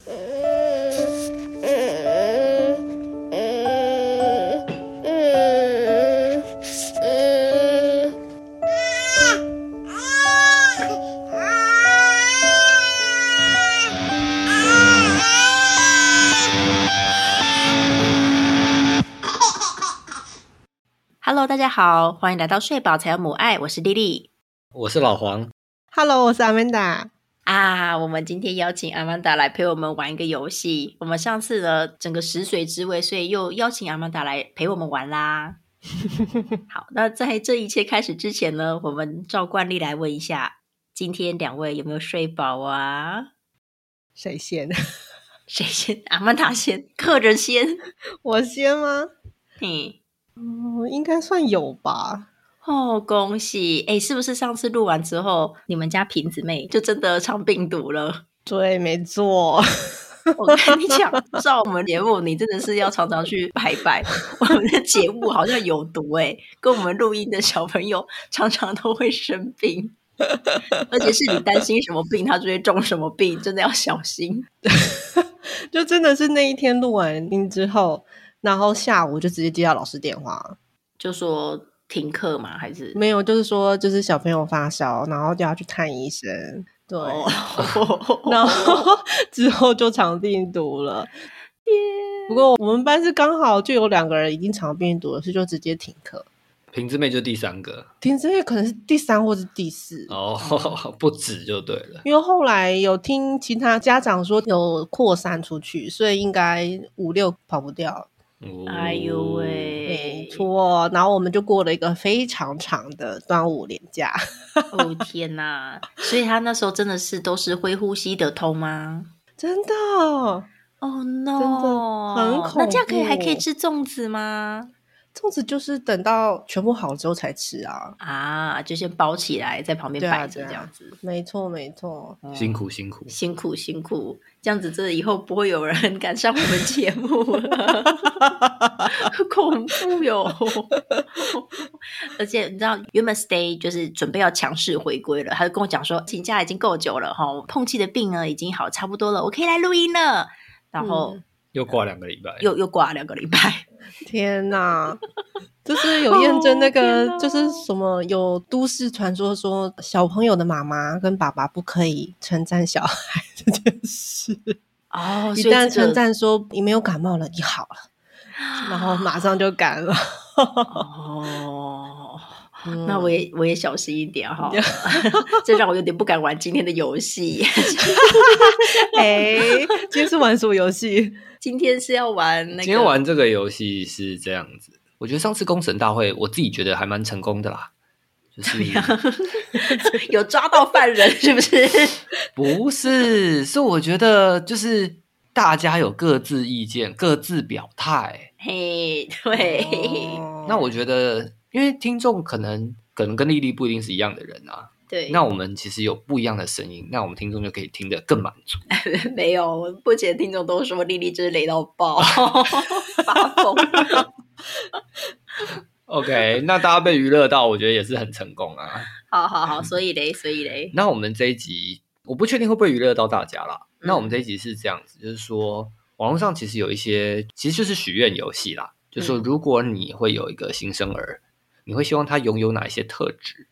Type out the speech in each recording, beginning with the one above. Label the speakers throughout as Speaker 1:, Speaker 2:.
Speaker 1: Hello，大家好，欢迎来到睡饱才有母爱，我是丽丽
Speaker 2: 我是老黄，
Speaker 3: Hello，我是 Amanda。
Speaker 1: 啊。我们今天邀请阿曼达来陪我们玩一个游戏。我们上次呢，整个食髓知味，所以又邀请阿曼达来陪我们玩啦。好，那在这一切开始之前呢，我们照惯例来问一下，今天两位有没有睡饱啊？
Speaker 3: 谁先？
Speaker 1: 谁先？阿曼达先，客人先。
Speaker 3: 我先吗？
Speaker 1: 嘿，
Speaker 3: 嗯，应该算有吧。
Speaker 1: 哦，恭喜！哎，是不是上次录完之后，你们家瓶子妹就真的唱病毒了？
Speaker 3: 对，没错。
Speaker 1: 我跟你讲，照我们节目，你真的是要常常去拜拜。我们的节目好像有毒哎、跟我们录音的小朋友常常都会生病，而且是你担心什么病，他就会中什么病，真的要小心。
Speaker 3: 就真的是那一天录完音之后，然后下午就直接接到老师电话，
Speaker 1: 就说停课嘛，还是
Speaker 3: 没有，就是说就是小朋友发烧，然后就要去看医生。对，
Speaker 1: 哦
Speaker 3: 然后之后就肠病毒了。不过我们班是刚好就有两个人已经肠病毒了，所以就直接停课。
Speaker 2: 瓶子妹就第三个
Speaker 3: 停职可能是第三或是第四
Speaker 2: 哦， 不止就对了。
Speaker 3: 因为后来有听其他家长说有扩散出去，所以应该五六跑不掉。
Speaker 2: 哦
Speaker 1: 哎呦，喂，
Speaker 3: 没错，然后我们就过了一个非常长的端午连假。
Speaker 1: 哦天哪！所以他那时候真的是都是会呼吸得通吗？
Speaker 3: 真的，
Speaker 1: 哦、
Speaker 3: 的
Speaker 1: no，
Speaker 3: 很恐
Speaker 1: 那这样可以还可以
Speaker 3: 怖
Speaker 1: 吃粽子吗？
Speaker 3: 粽子就是等到全部好之后才吃啊。
Speaker 1: 啊，就先包起来，在旁边
Speaker 3: 对啊
Speaker 1: 摆着
Speaker 3: 对啊
Speaker 1: 这样子。
Speaker 3: 没错，没错，
Speaker 1: 哦
Speaker 2: 辛苦辛苦，
Speaker 1: 辛苦辛苦，这样子真的以后不会有人 敢上我们节目了， 恐怖哟！ 而且你知道，原本 Stay 就是准备要强势回归了，他就跟我讲说，请假已经够久了哈，我碰气的病呢已经好差不多了，我可以来录音了。然后
Speaker 3: 嗯
Speaker 2: 又挂两个礼拜，
Speaker 1: 又、又挂了两个礼拜，
Speaker 3: 天哪！ 就是有验证那
Speaker 1: 哦天
Speaker 3: 个，
Speaker 1: 哪
Speaker 3: 就是什么有都市传说说小朋友的妈妈跟爸爸不可以称赞小孩这件事。
Speaker 1: 哦
Speaker 3: 一旦称赞说你没有感冒了，你好了，然后马上就感了。
Speaker 1: 哦。
Speaker 3: 嗯
Speaker 1: 那我也我也小心一点 哈， 这让我有点不敢玩今天的游戏。
Speaker 3: 哎，今天是玩什么游戏？
Speaker 1: 今天是要玩那个，
Speaker 2: 今 天玩这个游戏是这样子，我觉得上次工神大会我自己觉得还蛮成功的啦，就是
Speaker 1: 有抓到犯人是 不是？
Speaker 2: 不是是我觉得就是大家有各自意见，各自表态。
Speaker 1: 嘿，对，哦
Speaker 3: 哦
Speaker 2: 那我觉得，因为听众可能可能跟丽丽不一定是一样的人啊，
Speaker 1: 对，
Speaker 2: 那我们其实有不一样的声音，那我们听众就可以听得更满足。
Speaker 1: 没有，我不解听众都说丽丽真是雷到 爆，发疯。
Speaker 2: OK，那 大家被娱乐到，我觉得也是很成 功啊。
Speaker 1: 好好好，所以嘞，所以嘞，
Speaker 2: 那我们这一集，我不确定会不会娱乐到大家啦。
Speaker 1: 嗯
Speaker 2: 那我们这一集是这样子，就是说网络上其实有一些，其实就是许愿游戏啦，就是说
Speaker 1: 嗯
Speaker 2: 如果你会有一个新生儿，你会希望他拥有哪一些特质？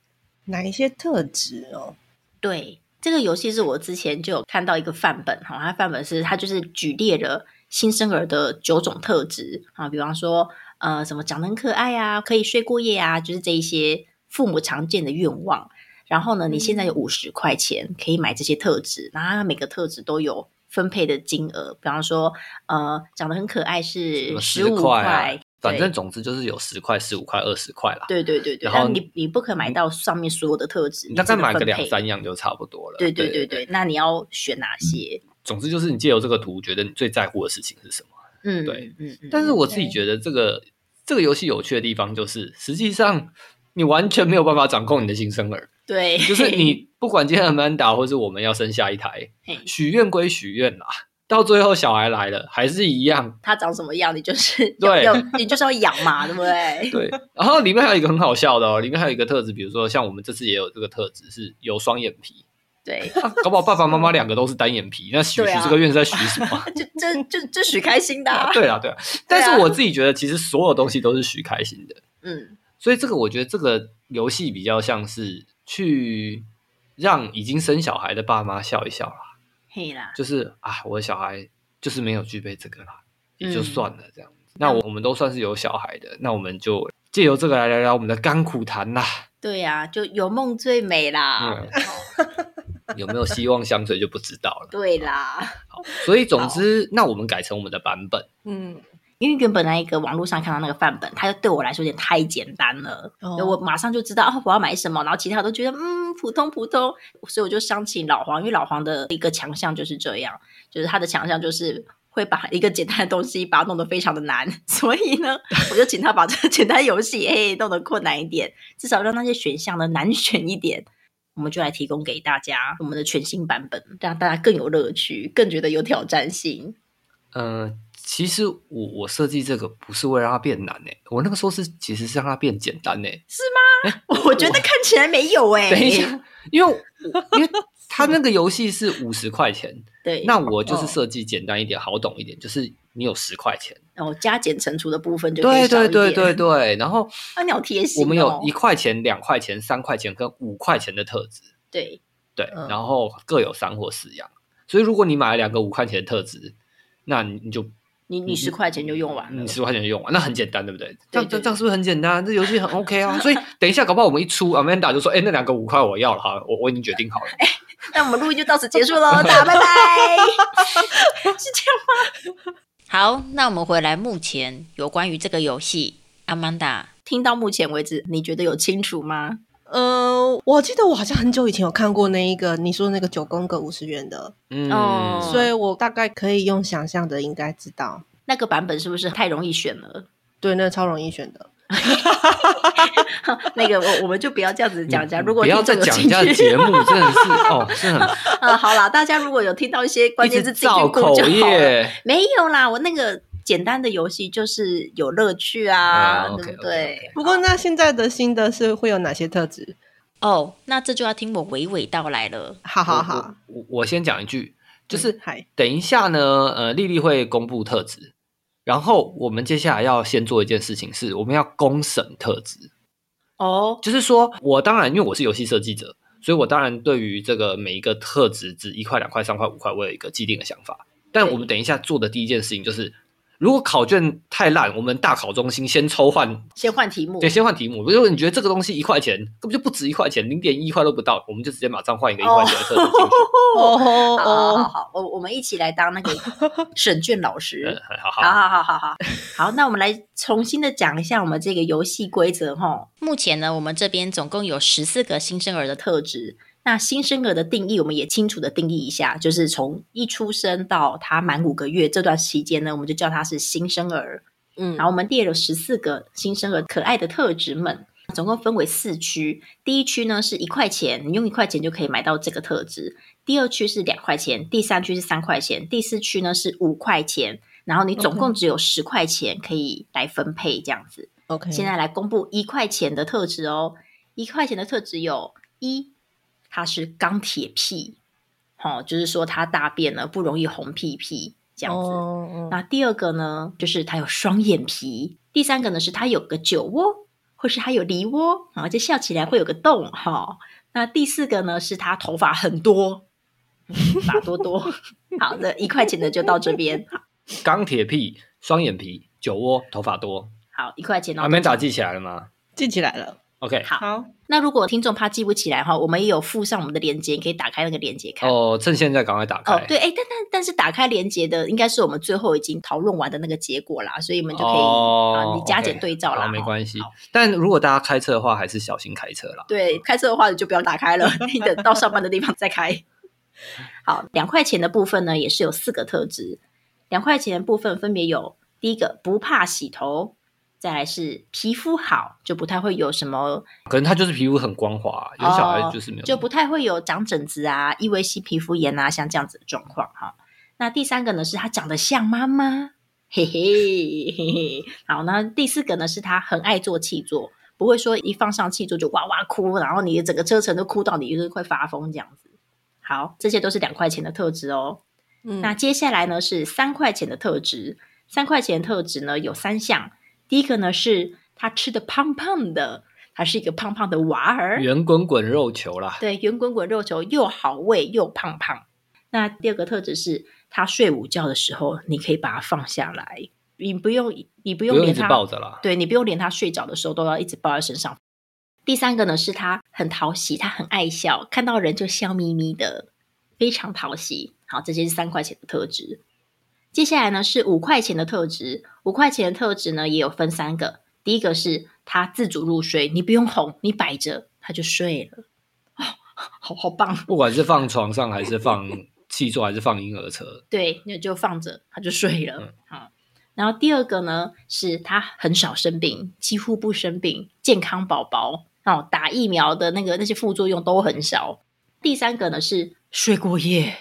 Speaker 3: 哪一些特质哦？
Speaker 1: 对，这个游戏是我之前就有看到一个范本哈，它范本是它就是举列了新生儿的九种特质啊，比方说呃什么长得很可爱啊，可以睡过夜啊，就是这一些父母常见的愿望。然后呢，你现在
Speaker 2: 嗯
Speaker 1: 有五十块钱可以买这些特质，然后它每个特质都有分配的金额，比方说呃长得很可爱是
Speaker 2: 十
Speaker 1: 十五
Speaker 2: 块
Speaker 1: 块
Speaker 2: 啊，，反
Speaker 1: 对
Speaker 2: 正总之就是有十块、十五块、二十块啦。
Speaker 1: 对对对对，
Speaker 2: 然后
Speaker 1: 但你你不可买到上面所有的特质，
Speaker 2: 你大概
Speaker 1: 只能
Speaker 2: 买个
Speaker 1: 分
Speaker 2: 两
Speaker 1: 配
Speaker 2: 三样就差不多了。
Speaker 1: 对对对对，那你要选哪些？
Speaker 2: 总之就是你借由这个图，觉得你最在乎的事情是什么？
Speaker 1: 嗯，
Speaker 2: 对
Speaker 1: 嗯，嗯嗯。
Speaker 2: 但是我自己觉得这个这个游戏有趣的地方就是，实际上你完全没有办法掌控你的新生儿，
Speaker 1: 对，
Speaker 2: 就是你不管今天 Amanda 或是我们要生下一台，
Speaker 1: 嘿
Speaker 2: 许愿归许愿啦，到最后小孩来了还是 一样。
Speaker 1: 它长什么样，你就是
Speaker 2: 对
Speaker 1: 要要你就是要养嘛，对不对？
Speaker 2: 对，然后里面还有一个很好笑的哦，里面还有一个特质，比如说像我们这次也有这个特质是有双眼皮，
Speaker 1: 对，
Speaker 2: 啊搞不好爸爸妈妈两个都是单眼皮，那许
Speaker 1: 对
Speaker 2: 许
Speaker 1: 啊
Speaker 2: 这个愿是在许什 么？
Speaker 1: 就这这这许开心的啊，
Speaker 2: 对啦对啦，但是我自己觉得其实所有东西都是许开心的，
Speaker 1: 嗯，
Speaker 2: 所以这个我觉得这个游戏比较像是去让已经生小孩的爸妈笑一笑啦，
Speaker 1: 嘿啦，
Speaker 2: 就是啊，我的小孩就是没有具备这个啦，也
Speaker 1: 嗯
Speaker 2: 就算了这样子。那我我们都算是有小孩的，那我们就借由这个来聊聊我们的甘苦谈啦。
Speaker 1: 对呀、就有梦最美啦，
Speaker 2: 嗯，有没有希望相随就不知道了。
Speaker 1: 对啦，
Speaker 2: 好，所以总之，那我们改成我们的版本。
Speaker 3: 嗯，
Speaker 1: 因为原本那一个网络上看到那个范本，它对我来说有点太简单了，
Speaker 3: 哦
Speaker 1: 我马上就知道哦我要买什么，然后其他都觉得嗯普通普通，所以我就想起老黄，因为老黄的一个强项就是这样，就是他的强项就是。会把一个简单的东西把它弄得非常的难， 所以呢，我就请他把这个简单游戏嘿弄得困难一点，至少让那些选项呢难选一点。我们就来提供给大家我们的全新版本，让大家更有乐趣，更觉得有挑战性。
Speaker 2: 嗯，其实我我设计这个不是为了让它变难诶、我那个时候是其实是让它变简单欸诶、
Speaker 1: 我觉得看起来没有哎、
Speaker 2: 等一下，因为我因为它那个游戏是五十块 钱，
Speaker 1: 对，
Speaker 2: 那我就是
Speaker 3: 哦
Speaker 2: 设计简单一点，好懂一点，就是你有十块钱。
Speaker 1: 哦加减乘除的部分就可以
Speaker 2: 对
Speaker 1: 少
Speaker 2: 对
Speaker 1: 一
Speaker 2: 对
Speaker 1: 点
Speaker 2: 对，对，然后
Speaker 1: 啊，你好贴心、哦。
Speaker 2: 我们有一块钱、两块钱、三块钱跟五块钱的特质，
Speaker 1: 对
Speaker 2: 对，
Speaker 3: 嗯
Speaker 2: 然后各有三或四样。所以如果你买了两个五块钱的特质，那你你就
Speaker 1: 你
Speaker 2: 嗯
Speaker 1: 你十块钱就用完了
Speaker 2: 你，十块钱就用完，那很简单，对不对？这
Speaker 1: 嗯对
Speaker 2: 样
Speaker 1: 对
Speaker 2: 这样这样是不是很简单？这游戏很 OK 啊。所以等一下，搞不好我们一出，Amanda 就说：“哎，那两个五块我要了哈，我我已经决 定好了。
Speaker 1: 哎那我们录音就到此结束 喽，大家拜 拜。是这样吗？
Speaker 4: 好，那我们回来目前有关于这个游戏，阿曼达，
Speaker 1: 听到目前为止，你觉得有清楚吗？
Speaker 3: 呃，我记得我好像很久以前有看过那一个你说那个九宫格五十元的，”
Speaker 2: 嗯，
Speaker 1: 哦
Speaker 3: 所以我大概可以用想象的应该知道。
Speaker 1: 那个版本是不是太容易选了？
Speaker 3: 对，那超容易选的。
Speaker 1: 那个我我们就不要这样子讲讲。如果
Speaker 2: 嗯不要
Speaker 1: 听
Speaker 2: 再
Speaker 1: 众有
Speaker 2: 讲人
Speaker 1: 兴
Speaker 2: 家的
Speaker 1: 趣
Speaker 2: 节目，真的 是哦，是很
Speaker 1: 啊，好啦，大家如果有听到一些关键字，
Speaker 2: 一
Speaker 1: 自
Speaker 2: 直
Speaker 1: 己去
Speaker 2: 造
Speaker 1: 过
Speaker 2: 口
Speaker 1: 就好了。
Speaker 2: 业。
Speaker 1: 没有啦，我那个简单的游戏就是有乐趣啊，
Speaker 2: 啊
Speaker 1: 对不
Speaker 2: OK，OK，OK
Speaker 1: 对？
Speaker 3: 不过那现在的新的是会有哪些特质？
Speaker 4: 哦，那这就要听我娓娓道来了。
Speaker 3: 好好好，
Speaker 2: 我，我我先讲一句，就是
Speaker 3: 嗯嗨，
Speaker 2: 等一下呢，呃，丽丽会公布特质，然后我们接下来要先做一件事情是，我们要公审特质，
Speaker 1: 哦，
Speaker 2: 就是说我当然因为我是游戏设计者，所以我当然对于这个每一个特质值一块、两块、三块、五块，我有一个既定的想法。但
Speaker 1: 对
Speaker 2: 我们等一下做的第一件事情就是，如果考卷太烂，我们大考中心先抽换
Speaker 1: 先换题目
Speaker 2: 对，。先换题目。如果你觉得这个东西一块钱根本就不值一块钱，零点一块都不到，我们就直接马上换一个一块钱的特质进去。
Speaker 3: 哦
Speaker 1: 好好好
Speaker 3: 哦，
Speaker 1: 好，我我们一起来当 那个审卷老师
Speaker 2: 嗯。，好
Speaker 1: 好好好好好好，那我们来重新的讲一下我们这个游戏规则哈
Speaker 4: 目前呢，我们这边总共有十四个新生儿的
Speaker 1: 的
Speaker 4: 特，
Speaker 1: 特质。那新生儿的定义，我们也清楚的定义一下，就是从一出生到他满五个月这段期间呢，我们就叫他是新生儿。
Speaker 3: 嗯
Speaker 1: 然后我们列了十四个新生儿可爱的特质们，总共分为四区。第一区呢是一块钱，你用一块钱就可以买到这个特质；第二区是两块钱，第三区是三块钱，第四区呢是五块钱。然后你总共只有十块钱可以来分配这样子。
Speaker 3: ，OK，
Speaker 1: 现在来公布一块钱的特质哦，一块钱的特质有一，它是钢铁屁，哦，就是说它大便呢不容易红屁屁这样子。
Speaker 3: 哦，
Speaker 1: 那第二个呢，就是它有双眼皮；第三个呢，是它有个酒窝，或是它有梨窝，然后就笑起来会有个洞哈、那第四个呢，是它头发很多，嗯发多多。 好的，一块钱的就到这边。
Speaker 2: 钢铁屁、双眼皮、酒窝、头发多。
Speaker 1: 好，一块钱哦
Speaker 2: 阿。曼达记起来了吗
Speaker 3: 记起来了。
Speaker 2: ？OK，
Speaker 1: 好
Speaker 3: 好，
Speaker 1: 那如果听众怕记不起来哈，我们也有附上我们的链接，你可以打开那个链接看。
Speaker 2: 哦，趁现在赶快打开。
Speaker 1: 哦，对，哎，但但但是打开连接的应该是我们最后已经讨论完的那个结果啦，所以我们就可以、啊，你加减对照啦，
Speaker 2: 了，哦没
Speaker 1: 哈
Speaker 2: 关系
Speaker 1: 好。
Speaker 2: 但如果大家开车的话，还是小心开车啦。
Speaker 1: 对，开车的话你就不要打开了，你等到上班的地方再开。好，两块钱的部分呢，也是有四个特质。两块钱的部分分别有第一个不怕洗头，再来是皮肤好，就不太会有什么
Speaker 2: 可能他就是皮肤很光滑，有小孩就是没有，
Speaker 1: 哦就不太会有长疹子啊、异位性皮肤炎啊，像这样子的状况哈。那第三个呢，是她长得像妈妈，嘿嘿嘿嘿。好，那第四个呢，是她很爱做气作，不会说一放上气作就哇哇哭，然后你的整个车程都哭到你就是快发疯这样子。好，这些都是两块钱的特质哦。
Speaker 3: 嗯
Speaker 1: 那接下来呢是三块钱的特质，三块钱的特质呢有三项，第一个呢是她吃的胖胖的，她是一个胖胖的娃儿，
Speaker 2: 圆滚滚肉球啦。
Speaker 1: 对，圆滚滚肉球又好喂又胖胖。那第二个特质是，他睡午觉的时候，你可以把它放下来。你不用你不
Speaker 2: 不
Speaker 1: 用
Speaker 2: 用一
Speaker 1: 连
Speaker 2: 直
Speaker 1: 他
Speaker 2: 抱着啦。
Speaker 1: 对你不用连他睡着的时候都要一直抱在身上。第三个呢是他很讨喜，他很爱笑，看到人就笑眯眯的，非常讨喜。好，这些是三块钱的特质。接下来呢是五块钱的特质，五块钱的特质呢也有分三个。第一个是他自主入睡，你不用哄，你摆着他就睡了，哦，好好棒。
Speaker 2: 不管是放床上还是放气座还是放婴儿车，
Speaker 1: 对，那就放着，他就睡了
Speaker 2: 嗯。
Speaker 1: 好，然后第二个呢，是他很少生病，几乎不生病，健康宝宝。哦，打疫苗的那个那些副作用都很少。第三个呢是睡过夜，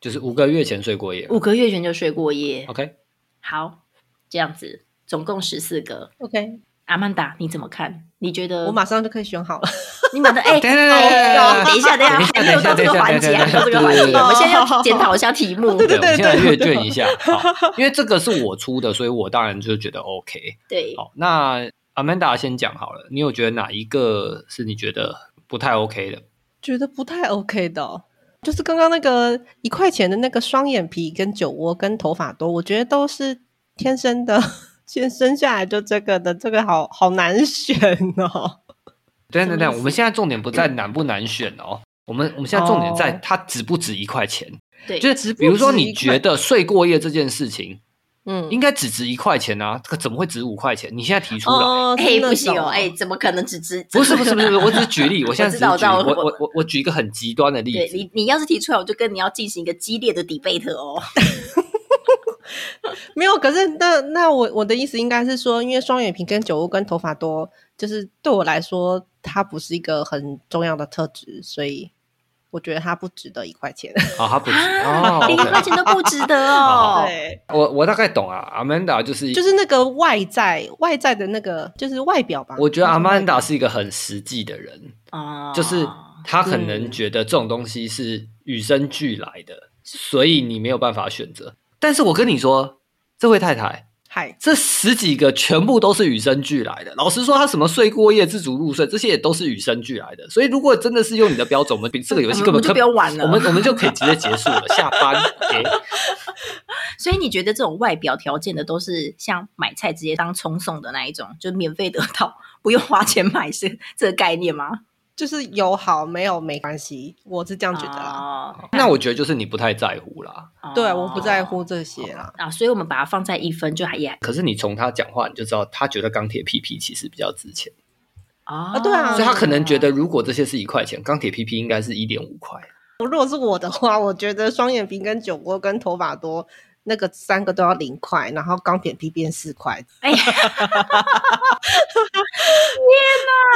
Speaker 2: 就是五个月前睡过夜。
Speaker 1: 五个月前就睡过夜。
Speaker 2: OK，
Speaker 1: 好，这样子总共十四个。
Speaker 3: OK，
Speaker 1: 阿曼达，你怎么看？你觉得
Speaker 3: 我马上就可以选好了。
Speaker 1: 你马上哎，
Speaker 2: 等等等
Speaker 1: 哦
Speaker 2: 等
Speaker 1: 等一下，等一下，
Speaker 2: 等一下
Speaker 1: 还没有到这个环节，还没有
Speaker 2: 等一下
Speaker 1: 到这个环节，
Speaker 2: 对对对
Speaker 1: 我们现在要检讨一下题目。
Speaker 2: 对，我们
Speaker 3: 对
Speaker 2: 现在
Speaker 3: 对
Speaker 2: 阅卷一下，好，因为这个是我出的，所以我当然就觉得 OK。
Speaker 1: 对，
Speaker 2: 好，那 Amanda 先讲好了，你有觉得哪一个是你觉得不太 OK 的？
Speaker 3: 觉得不太 OK 的哦、就是刚刚那个一块钱的那个双眼皮、跟酒窝、跟头发多，我觉得都是天生的，先生下来就这个的，这个好好难选哦。
Speaker 1: 什么意
Speaker 2: 等等等
Speaker 1: 思
Speaker 2: 等，我们现在重点不在难不难选哦，我们我们现在重点在
Speaker 3: 哦
Speaker 2: 它值不值一块钱，
Speaker 1: 对，
Speaker 2: 就是比如说
Speaker 3: 值一
Speaker 2: 你
Speaker 3: 块
Speaker 2: 觉得睡过夜这件事情
Speaker 3: 嗯
Speaker 2: 应该只值一块钱啊，这个怎么会值五块钱？你现在提出来。
Speaker 3: 哦，
Speaker 1: 哎、
Speaker 3: 是那
Speaker 1: 不行哦，
Speaker 3: 种
Speaker 1: 哎、怎么可能只知？
Speaker 2: 不是不是不是，我只是举 例，我现在只是
Speaker 1: 我知
Speaker 2: 举，
Speaker 1: 道
Speaker 2: 我
Speaker 1: 我知道我
Speaker 2: 我我我举一个很极端的例
Speaker 1: 对
Speaker 2: 子，
Speaker 1: 你，你要是提出来，我就跟你要进行一个激烈的 debate 哦。
Speaker 3: 没有，可是那那我我的意思应该是说，因为双眼皮跟酒窝跟头发多，就是对我来说，它不是一个很重要的特质，所以我觉得它不值得一块钱。
Speaker 2: 好，它不值哦
Speaker 1: 啊，连一块
Speaker 2: ，OK。
Speaker 1: 钱都不值得
Speaker 2: 好
Speaker 1: 哦。
Speaker 3: 对，
Speaker 2: 我我大概懂啊，Amanda 就是
Speaker 3: 就是那个外在外在的那个，就是外表吧。
Speaker 2: 我觉得
Speaker 3: 那
Speaker 2: 阿
Speaker 3: 种
Speaker 2: 曼达
Speaker 3: 外表
Speaker 2: 是一个很实际的人，
Speaker 1: 哦
Speaker 2: 就是他可
Speaker 3: 嗯
Speaker 2: 能觉得这种东西是与生俱来的，所以你没有办法选择。但是我跟你说，这位太太，
Speaker 3: 嗨，
Speaker 2: 这十几个全部都是与生俱来的。老实说，他什么睡过夜、自主入睡，这些也都是与生俱来的。所以，如果真的是用你的标准，我们 比这个游戏
Speaker 1: 我们我
Speaker 2: 根本
Speaker 1: 们就不要玩了
Speaker 2: 我们我们就可以直接结束了，下班。OK，
Speaker 1: 所以你觉得这种外表条件的，都是像买菜直接当冲送的那一种，就免费得到，不用花钱买，是这个概念吗？
Speaker 3: 就是有好没有没关系，我是这样觉得啦。
Speaker 1: 哦
Speaker 2: 那我觉得就是你不太在乎啦。
Speaker 3: 对，我不在乎这些啦。
Speaker 1: 啊，所以我们把它放在一分就还也
Speaker 2: 可是你从他讲话，你就知道他觉得钢铁屁屁其实比较值钱。
Speaker 1: 啊
Speaker 3: 啊对啊
Speaker 2: 所以他可能觉得，如果这些是一块钱，钢铁 PP 应该是一点五块。
Speaker 3: 如果是我的话，我觉得双眼皮跟酒窝跟头发多那个三个都要零块，然后钢铁皮变四块。
Speaker 1: 哎呀，天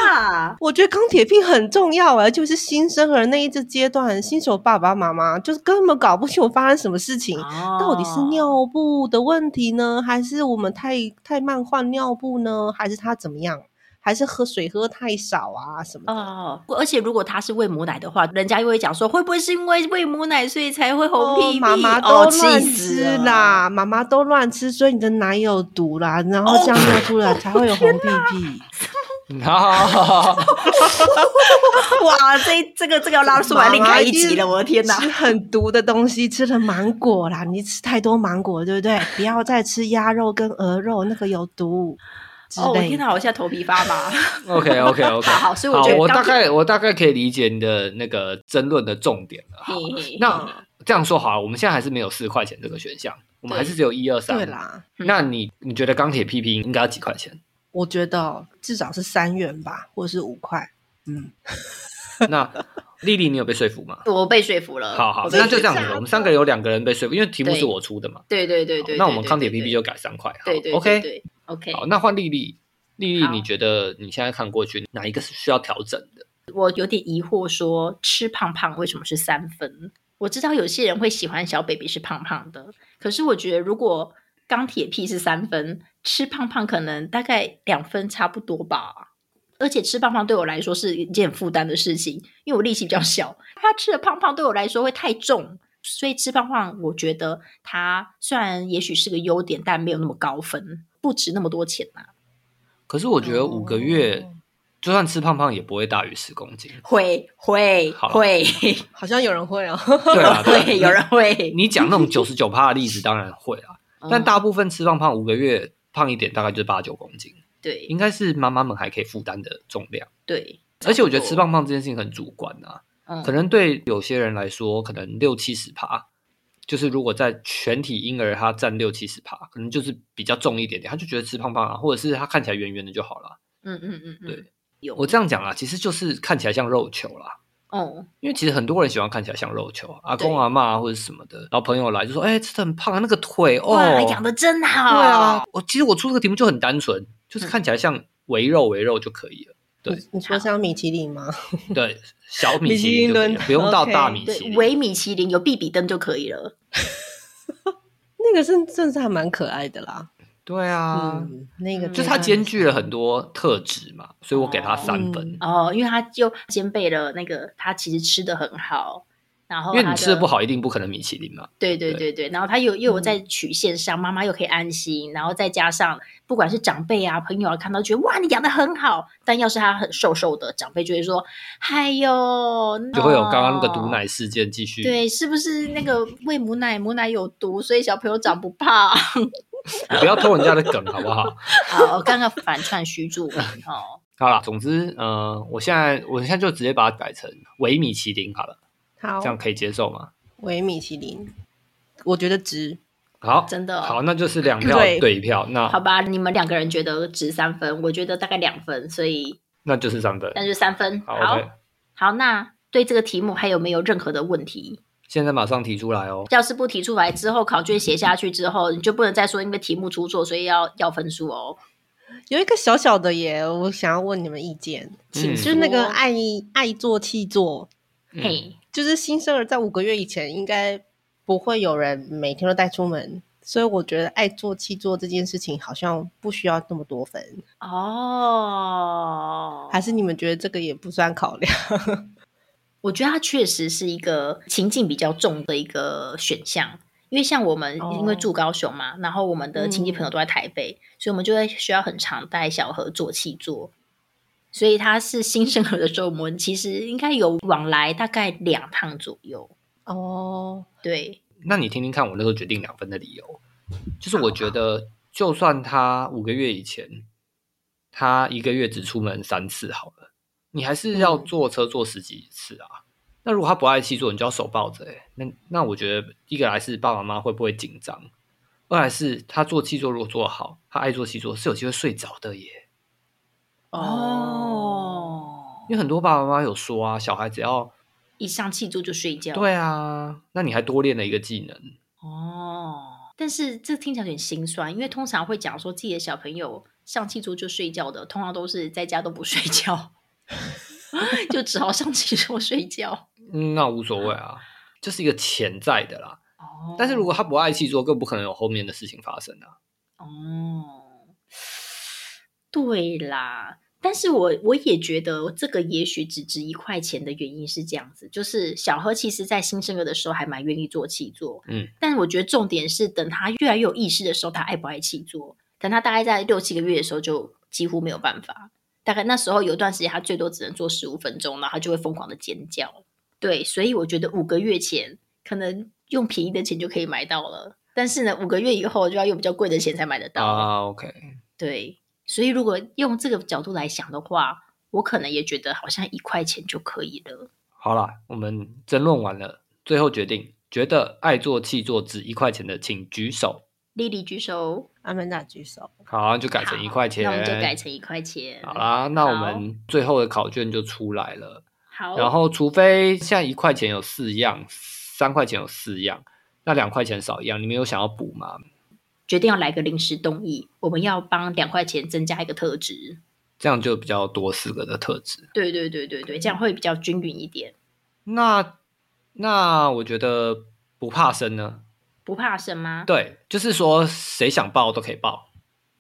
Speaker 1: 哪！
Speaker 3: 我觉得钢铁皮很重要欸而就是新生儿那一个阶段，新手爸爸妈妈就是根本搞不清楚发生什么事情。到底是
Speaker 1: 哦
Speaker 3: 尿布的问题呢，还是我们太太慢换尿布呢，还是他怎么样，还是喝水喝太少啊什么的？
Speaker 1: 哦，而且如果他是喂母奶的话，人家又会讲说，会不会是因为喂母奶所以才会红屁屁？
Speaker 3: 妈妈
Speaker 1: 哦
Speaker 3: 都
Speaker 1: 气
Speaker 3: 乱
Speaker 1: 死
Speaker 3: 吃
Speaker 1: 了
Speaker 3: 啦，妈妈都乱吃，所以你的奶有毒啦，然
Speaker 1: 哦
Speaker 3: 后这样尿出来才会有红屁屁。
Speaker 1: 哇，这这个这个要拉出来另开一集了，我的天哪！
Speaker 3: 吃很毒的东西，吃了芒果啦，你吃太多芒果，对不对？不要再吃鸭肉跟鹅肉，那个有毒之
Speaker 1: 哦，我
Speaker 3: 类
Speaker 1: 天
Speaker 3: 的。
Speaker 1: 哪，我现在头皮发麻。
Speaker 2: OK OK OK，
Speaker 1: 好好所以我觉得
Speaker 2: 我大
Speaker 1: 钢铁
Speaker 2: 概我大概可以理解你的那个争论的重点了。好
Speaker 1: 嘿嘿
Speaker 2: 那这样说好了，我们现在还是没有四块钱这个选项，我们还是只有一二三。
Speaker 3: 对，啦，
Speaker 1: 嗯
Speaker 2: 那你你觉得钢铁 PP 应该要几块 钱？
Speaker 3: 我觉得哦至少是三元吧，或者是五块。嗯，
Speaker 2: 那丽丽，你有被说服吗？
Speaker 1: 我被说服了。
Speaker 2: 好好，
Speaker 1: 我被
Speaker 2: 那就
Speaker 1: 说
Speaker 2: 这样
Speaker 1: 服
Speaker 2: 子，
Speaker 1: 了
Speaker 2: 我们三个有两个人被说服，因为题目
Speaker 1: 对
Speaker 2: 是我出的嘛。
Speaker 1: 对对对对，
Speaker 2: 好那我们
Speaker 1: 对
Speaker 2: 钢铁
Speaker 1: 对
Speaker 2: PP 就改三块。好
Speaker 1: 对对对
Speaker 2: OK
Speaker 1: 对 OK。
Speaker 2: 好，那换丽丽，丽丽，
Speaker 1: 好
Speaker 2: 你觉得你现在看过去哪一个是需要调整的？
Speaker 1: 我有点疑惑说，吃胖胖为什么是三分？我知道有些人会喜欢小 baby 是胖胖的，可是我觉得如果钢铁屁是三分，吃胖胖可能大概两分差不多吧。而且吃胖胖对我来说是一件负担的事情，因为我力气比较小，他吃的胖胖对我来说会太重，所以吃胖胖我觉得它虽然也许是个优点，但没有那么高分，不值那么多钱嘛、
Speaker 2: 可是我觉得五个月、
Speaker 3: 哦
Speaker 2: 就算吃胖胖也不会大于十 公斤。
Speaker 1: 会会
Speaker 2: 好
Speaker 1: 会，
Speaker 3: 好像有人会哦。
Speaker 2: 对啊，对 啊
Speaker 1: 会有人会。
Speaker 2: 你你讲那种九十九趴的例子，当然会啊。
Speaker 1: 嗯
Speaker 2: 但大部分吃胖胖五个月胖一点，大概就是八九公斤，
Speaker 1: 对
Speaker 2: 应该是妈妈们还可以负担的重量。
Speaker 1: 对，
Speaker 2: 而且我觉得
Speaker 1: 差
Speaker 2: 吃
Speaker 1: 不多
Speaker 2: 胖胖这件事情很主观啊，
Speaker 1: 嗯
Speaker 2: 可能对有些人来说，可能六七十趴，就是如果在全体婴儿他占六七十趴，可能就是比较重一点点，他就觉得吃胖胖啊，或者是他看起来圆圆的就好了。
Speaker 1: 嗯嗯嗯嗯，
Speaker 2: 对
Speaker 1: 有
Speaker 2: 我这样讲啊，其实就是看起来像肉球啦，
Speaker 1: 哦
Speaker 2: 因为其实很多人喜欢看起来像肉球，啊阿公
Speaker 1: 对
Speaker 2: 阿妈、或者什么的，然后朋友来就说，哎、吃的很胖啊，那个腿哦，
Speaker 1: 哇，养的真好，
Speaker 2: 对啊，，我其实我出这个题目就很单纯，就是看起来像围肉围肉就可以了。对
Speaker 3: 你你说像米其林吗？
Speaker 2: 对，小米
Speaker 3: 米
Speaker 2: 其
Speaker 3: 其
Speaker 2: 林
Speaker 3: 林
Speaker 2: 就可以
Speaker 3: 轮
Speaker 2: 了不用到
Speaker 3: OK，
Speaker 2: 大米其
Speaker 1: 对，
Speaker 2: 林。
Speaker 1: 微米其林有必比登就可以了，
Speaker 3: 那个是真的是还蛮可爱的啦。
Speaker 2: 对啊，
Speaker 3: 嗯，那个
Speaker 1: 嗯
Speaker 2: 就是它兼具了很多特质嘛，所以我给它三分
Speaker 3: 嗯。
Speaker 1: 哦，因为他就兼备了那个他其实吃的很好，然后
Speaker 2: 因为
Speaker 1: 他
Speaker 2: 你吃的不，好，一嗯定不可能米其林嘛。
Speaker 1: 对对对对，然后他又又有在曲线上，妈妈又可以安心，然后再加上不管是长辈啊朋友啊看到觉得哇你养的很好，但要是他很瘦瘦的，长辈就会说哎呦，
Speaker 2: 就会有刚刚那个毒
Speaker 1: 奶。
Speaker 2: 奶事件继续。
Speaker 1: 哦对，是不是那个喂母奶，母奶有毒，所以小朋友长不 胖？
Speaker 2: 你不要偷人家的梗，好不好？
Speaker 1: 好，我刚刚反串徐著名 哦，
Speaker 2: 好啦，总之，呃，我现在我现在就直接把它改成伪米其林好了，
Speaker 3: 好
Speaker 2: 这，样可以接受吗？
Speaker 3: 维米其林，我觉得值。
Speaker 2: 好，
Speaker 1: 真的哦
Speaker 2: 好，那就是 两票
Speaker 3: 对
Speaker 2: 对一票，
Speaker 1: 好
Speaker 2: 那
Speaker 1: 吧，你们两个人觉得值三分，我觉得大概两分，所以
Speaker 2: 那就是三分。
Speaker 1: 那就三分。
Speaker 2: 好
Speaker 1: 嗯好
Speaker 2: o k
Speaker 1: 好那对这个题目还有没有任何的问题？
Speaker 2: 现在马上提出来哦。
Speaker 1: 要是不提出来之后，考卷写下去之后，你就不能再说因为题目出错，所以要要分数哦。
Speaker 3: 有一个小小的耶，我想要问你们意见，
Speaker 1: 请
Speaker 2: 嗯
Speaker 1: 说
Speaker 3: 就是那个爱爱做气做，
Speaker 2: 嗯
Speaker 1: 嘿，
Speaker 3: 就是新生儿在五个月以前应该不会有人每天都带出门，所以我觉得爱做气做这件事情好像不需要那么多分，
Speaker 1: 哦，
Speaker 3: 还是你们觉得这个也不算考量？
Speaker 1: 我觉得它确实是一个情境比较重的一个选项，因为像我们
Speaker 3: 哦
Speaker 1: 因为住高雄嘛，然后我们的亲戚朋友都在台北，所以我们就会需要很常带小何做气做。所以他是新生儿的时候，我们其实应该有往来大概两趟左右。
Speaker 3: 哦，
Speaker 1: 对，
Speaker 2: 那你听听看，我那时候决定两分的理由，就是我觉得，就算他五个月以前，他一个月只出门三次好了，你还是要坐车坐十几次啊。那如果他不爱气坐，你就要手抱着、欸。那那我觉得，一个来是爸爸妈妈会不会紧张，二来是他做气坐如果做好，他爱做气坐是有机会睡着的耶。
Speaker 3: 哦
Speaker 1: 哦
Speaker 2: 因为很多爸爸妈妈有说啊，小孩只要
Speaker 1: 一上气柱就睡觉。，
Speaker 2: 对啊，那你还多练了一个技能，
Speaker 1: 哦。但是这听起来有点心酸，因为通常会讲说自己的小朋友上气柱就睡觉的，通常都是在家都不睡觉， 就只好上气柱睡觉。
Speaker 2: 嗯，那无所谓啊，这是一个潜在的啦。
Speaker 1: 哦
Speaker 2: 但是如果他不爱气做，更不可能有后面的事情发生啊。
Speaker 1: 哦，对啦，但是我我也觉得这个也许只值一块钱的原因是这样子，就是小何其实在新生儿的时候还蛮愿意做气做，
Speaker 2: 嗯，
Speaker 1: 但我觉得重点是等他越来越有意识的时候，他爱不爱气做，等他大概在六七个月的时候就几乎没有办法，大概那时候有一段时间他最多只能做十五分钟，然后他就会疯狂的尖叫，对，所以我觉得五个月前可能用便宜的钱就可以买到了。但是呢，五个月以后就要用比较贵的钱才买得到。
Speaker 2: 啊，OK，
Speaker 1: 对，所以如果用这个角度来想的话，我可能也觉得好像一块钱就可以了。
Speaker 2: 好啦，我们争论完了，最后决定，觉得爱做气做值一块钱的，请举手。
Speaker 1: 丽丽举手，
Speaker 3: 阿曼达举手，
Speaker 2: 好，就改成
Speaker 1: 好
Speaker 2: 一块钱，
Speaker 1: 那我们就改成一块钱。
Speaker 2: 好啦，那我们最后的考卷就出来了。
Speaker 1: 好，
Speaker 2: 然后，除非现在一块钱有四样，三块钱有四样，那两块钱少一样，你们有想要补吗？
Speaker 1: 决定要来个临时动议，我们要帮两块钱增加一个特质。
Speaker 2: 这样就比较多四个的特质。
Speaker 1: 对对对对对，这样会比较均匀一点，
Speaker 2: 那那我觉得不怕生呢？
Speaker 1: 不怕生吗？
Speaker 2: 对，就是说谁想报都可以报。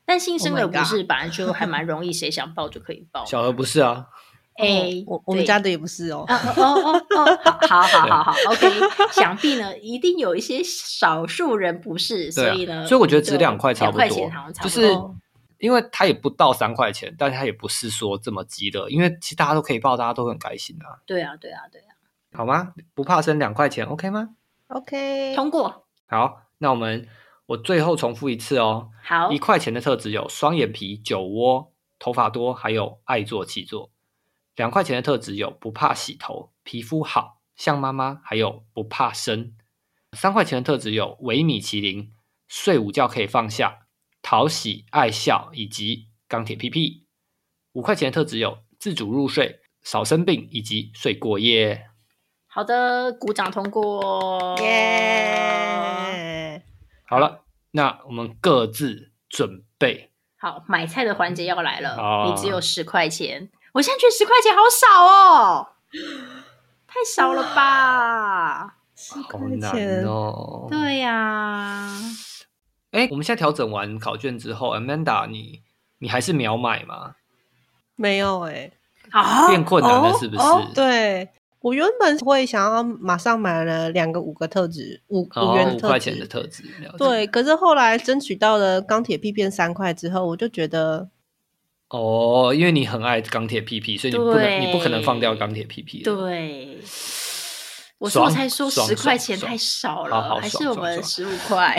Speaker 1: 但新生
Speaker 3: Oh
Speaker 1: 儿
Speaker 3: my
Speaker 1: 不是本来就还蛮容易，谁想抱就可以抱。
Speaker 2: 小何不是啊，
Speaker 1: 哎，
Speaker 3: 哦我我们
Speaker 1: 对
Speaker 3: 家的也不是哦，
Speaker 1: 啊哦哦哦，好好好好好，OK。想必呢，一定有一些少数人不是，
Speaker 2: 对
Speaker 1: 所
Speaker 2: 啊
Speaker 1: 以呢，
Speaker 2: 所以我觉得值两块差
Speaker 1: 两
Speaker 2: 不
Speaker 1: 块
Speaker 2: 多，
Speaker 1: 钱好像差不
Speaker 2: 就是
Speaker 1: 多。
Speaker 2: 因为它也不到三块钱，但它也不是说这么激的，因为其实大家都可以报，大家都很开心啊，
Speaker 1: 对啊，对啊，对啊，
Speaker 2: 好吗？不怕生两块钱，OK 吗？
Speaker 3: OK，
Speaker 1: 通过。
Speaker 2: 好，那我们我最后重复一次哦，
Speaker 1: 好
Speaker 2: 一，块钱的特质有双眼皮、酒窝、头发多，还有爱做气做。两块钱的特质有不怕洗头、皮肤好、像妈妈，还有不怕生。三块钱的特质有维米其林、睡午觉可以放下、讨喜、爱笑以及钢铁屁屁。五块钱的特质有自主入睡、少生病以及睡过夜。
Speaker 1: 好的，鼓掌通过，
Speaker 3: 耶！
Speaker 2: 好了，那我们各自准备。
Speaker 1: 好，买菜的环节要来了，
Speaker 2: 哦
Speaker 1: 你只有十块钱，我现在觉得十块钱好少哦，太少了吧？
Speaker 3: 十
Speaker 2: 好
Speaker 3: 块
Speaker 2: 难
Speaker 3: 钱，
Speaker 2: 哦。
Speaker 1: 对呀、
Speaker 2: 哎、我们现在调整完考卷之后，Amanda，你你还是秒买吗？
Speaker 3: 没有哎。
Speaker 1: 啊，
Speaker 2: 变困难了是不是？
Speaker 3: 哦，对。我原本会想要马上买了两个五个特质，五
Speaker 2: 哦，
Speaker 3: 五元
Speaker 2: 五
Speaker 3: 的
Speaker 2: 块
Speaker 3: 特
Speaker 2: 钱的
Speaker 3: 质，
Speaker 2: 特质，了解
Speaker 3: 对。可是后来争取到了钢铁币变三块之后，我就觉得
Speaker 2: 哦，因为你很爱钢铁屁屁，所以你不能
Speaker 1: 对
Speaker 2: 你不可能放掉钢铁屁屁。，
Speaker 1: 对，我
Speaker 2: 爽
Speaker 1: 说才说
Speaker 2: 爽
Speaker 1: 十块
Speaker 2: 爽
Speaker 1: 钱
Speaker 2: 爽
Speaker 1: 太少
Speaker 2: 好好
Speaker 1: 了，还
Speaker 2: 爽
Speaker 1: 是我
Speaker 2: 爽
Speaker 1: 们十
Speaker 2: 爽
Speaker 1: 五 块？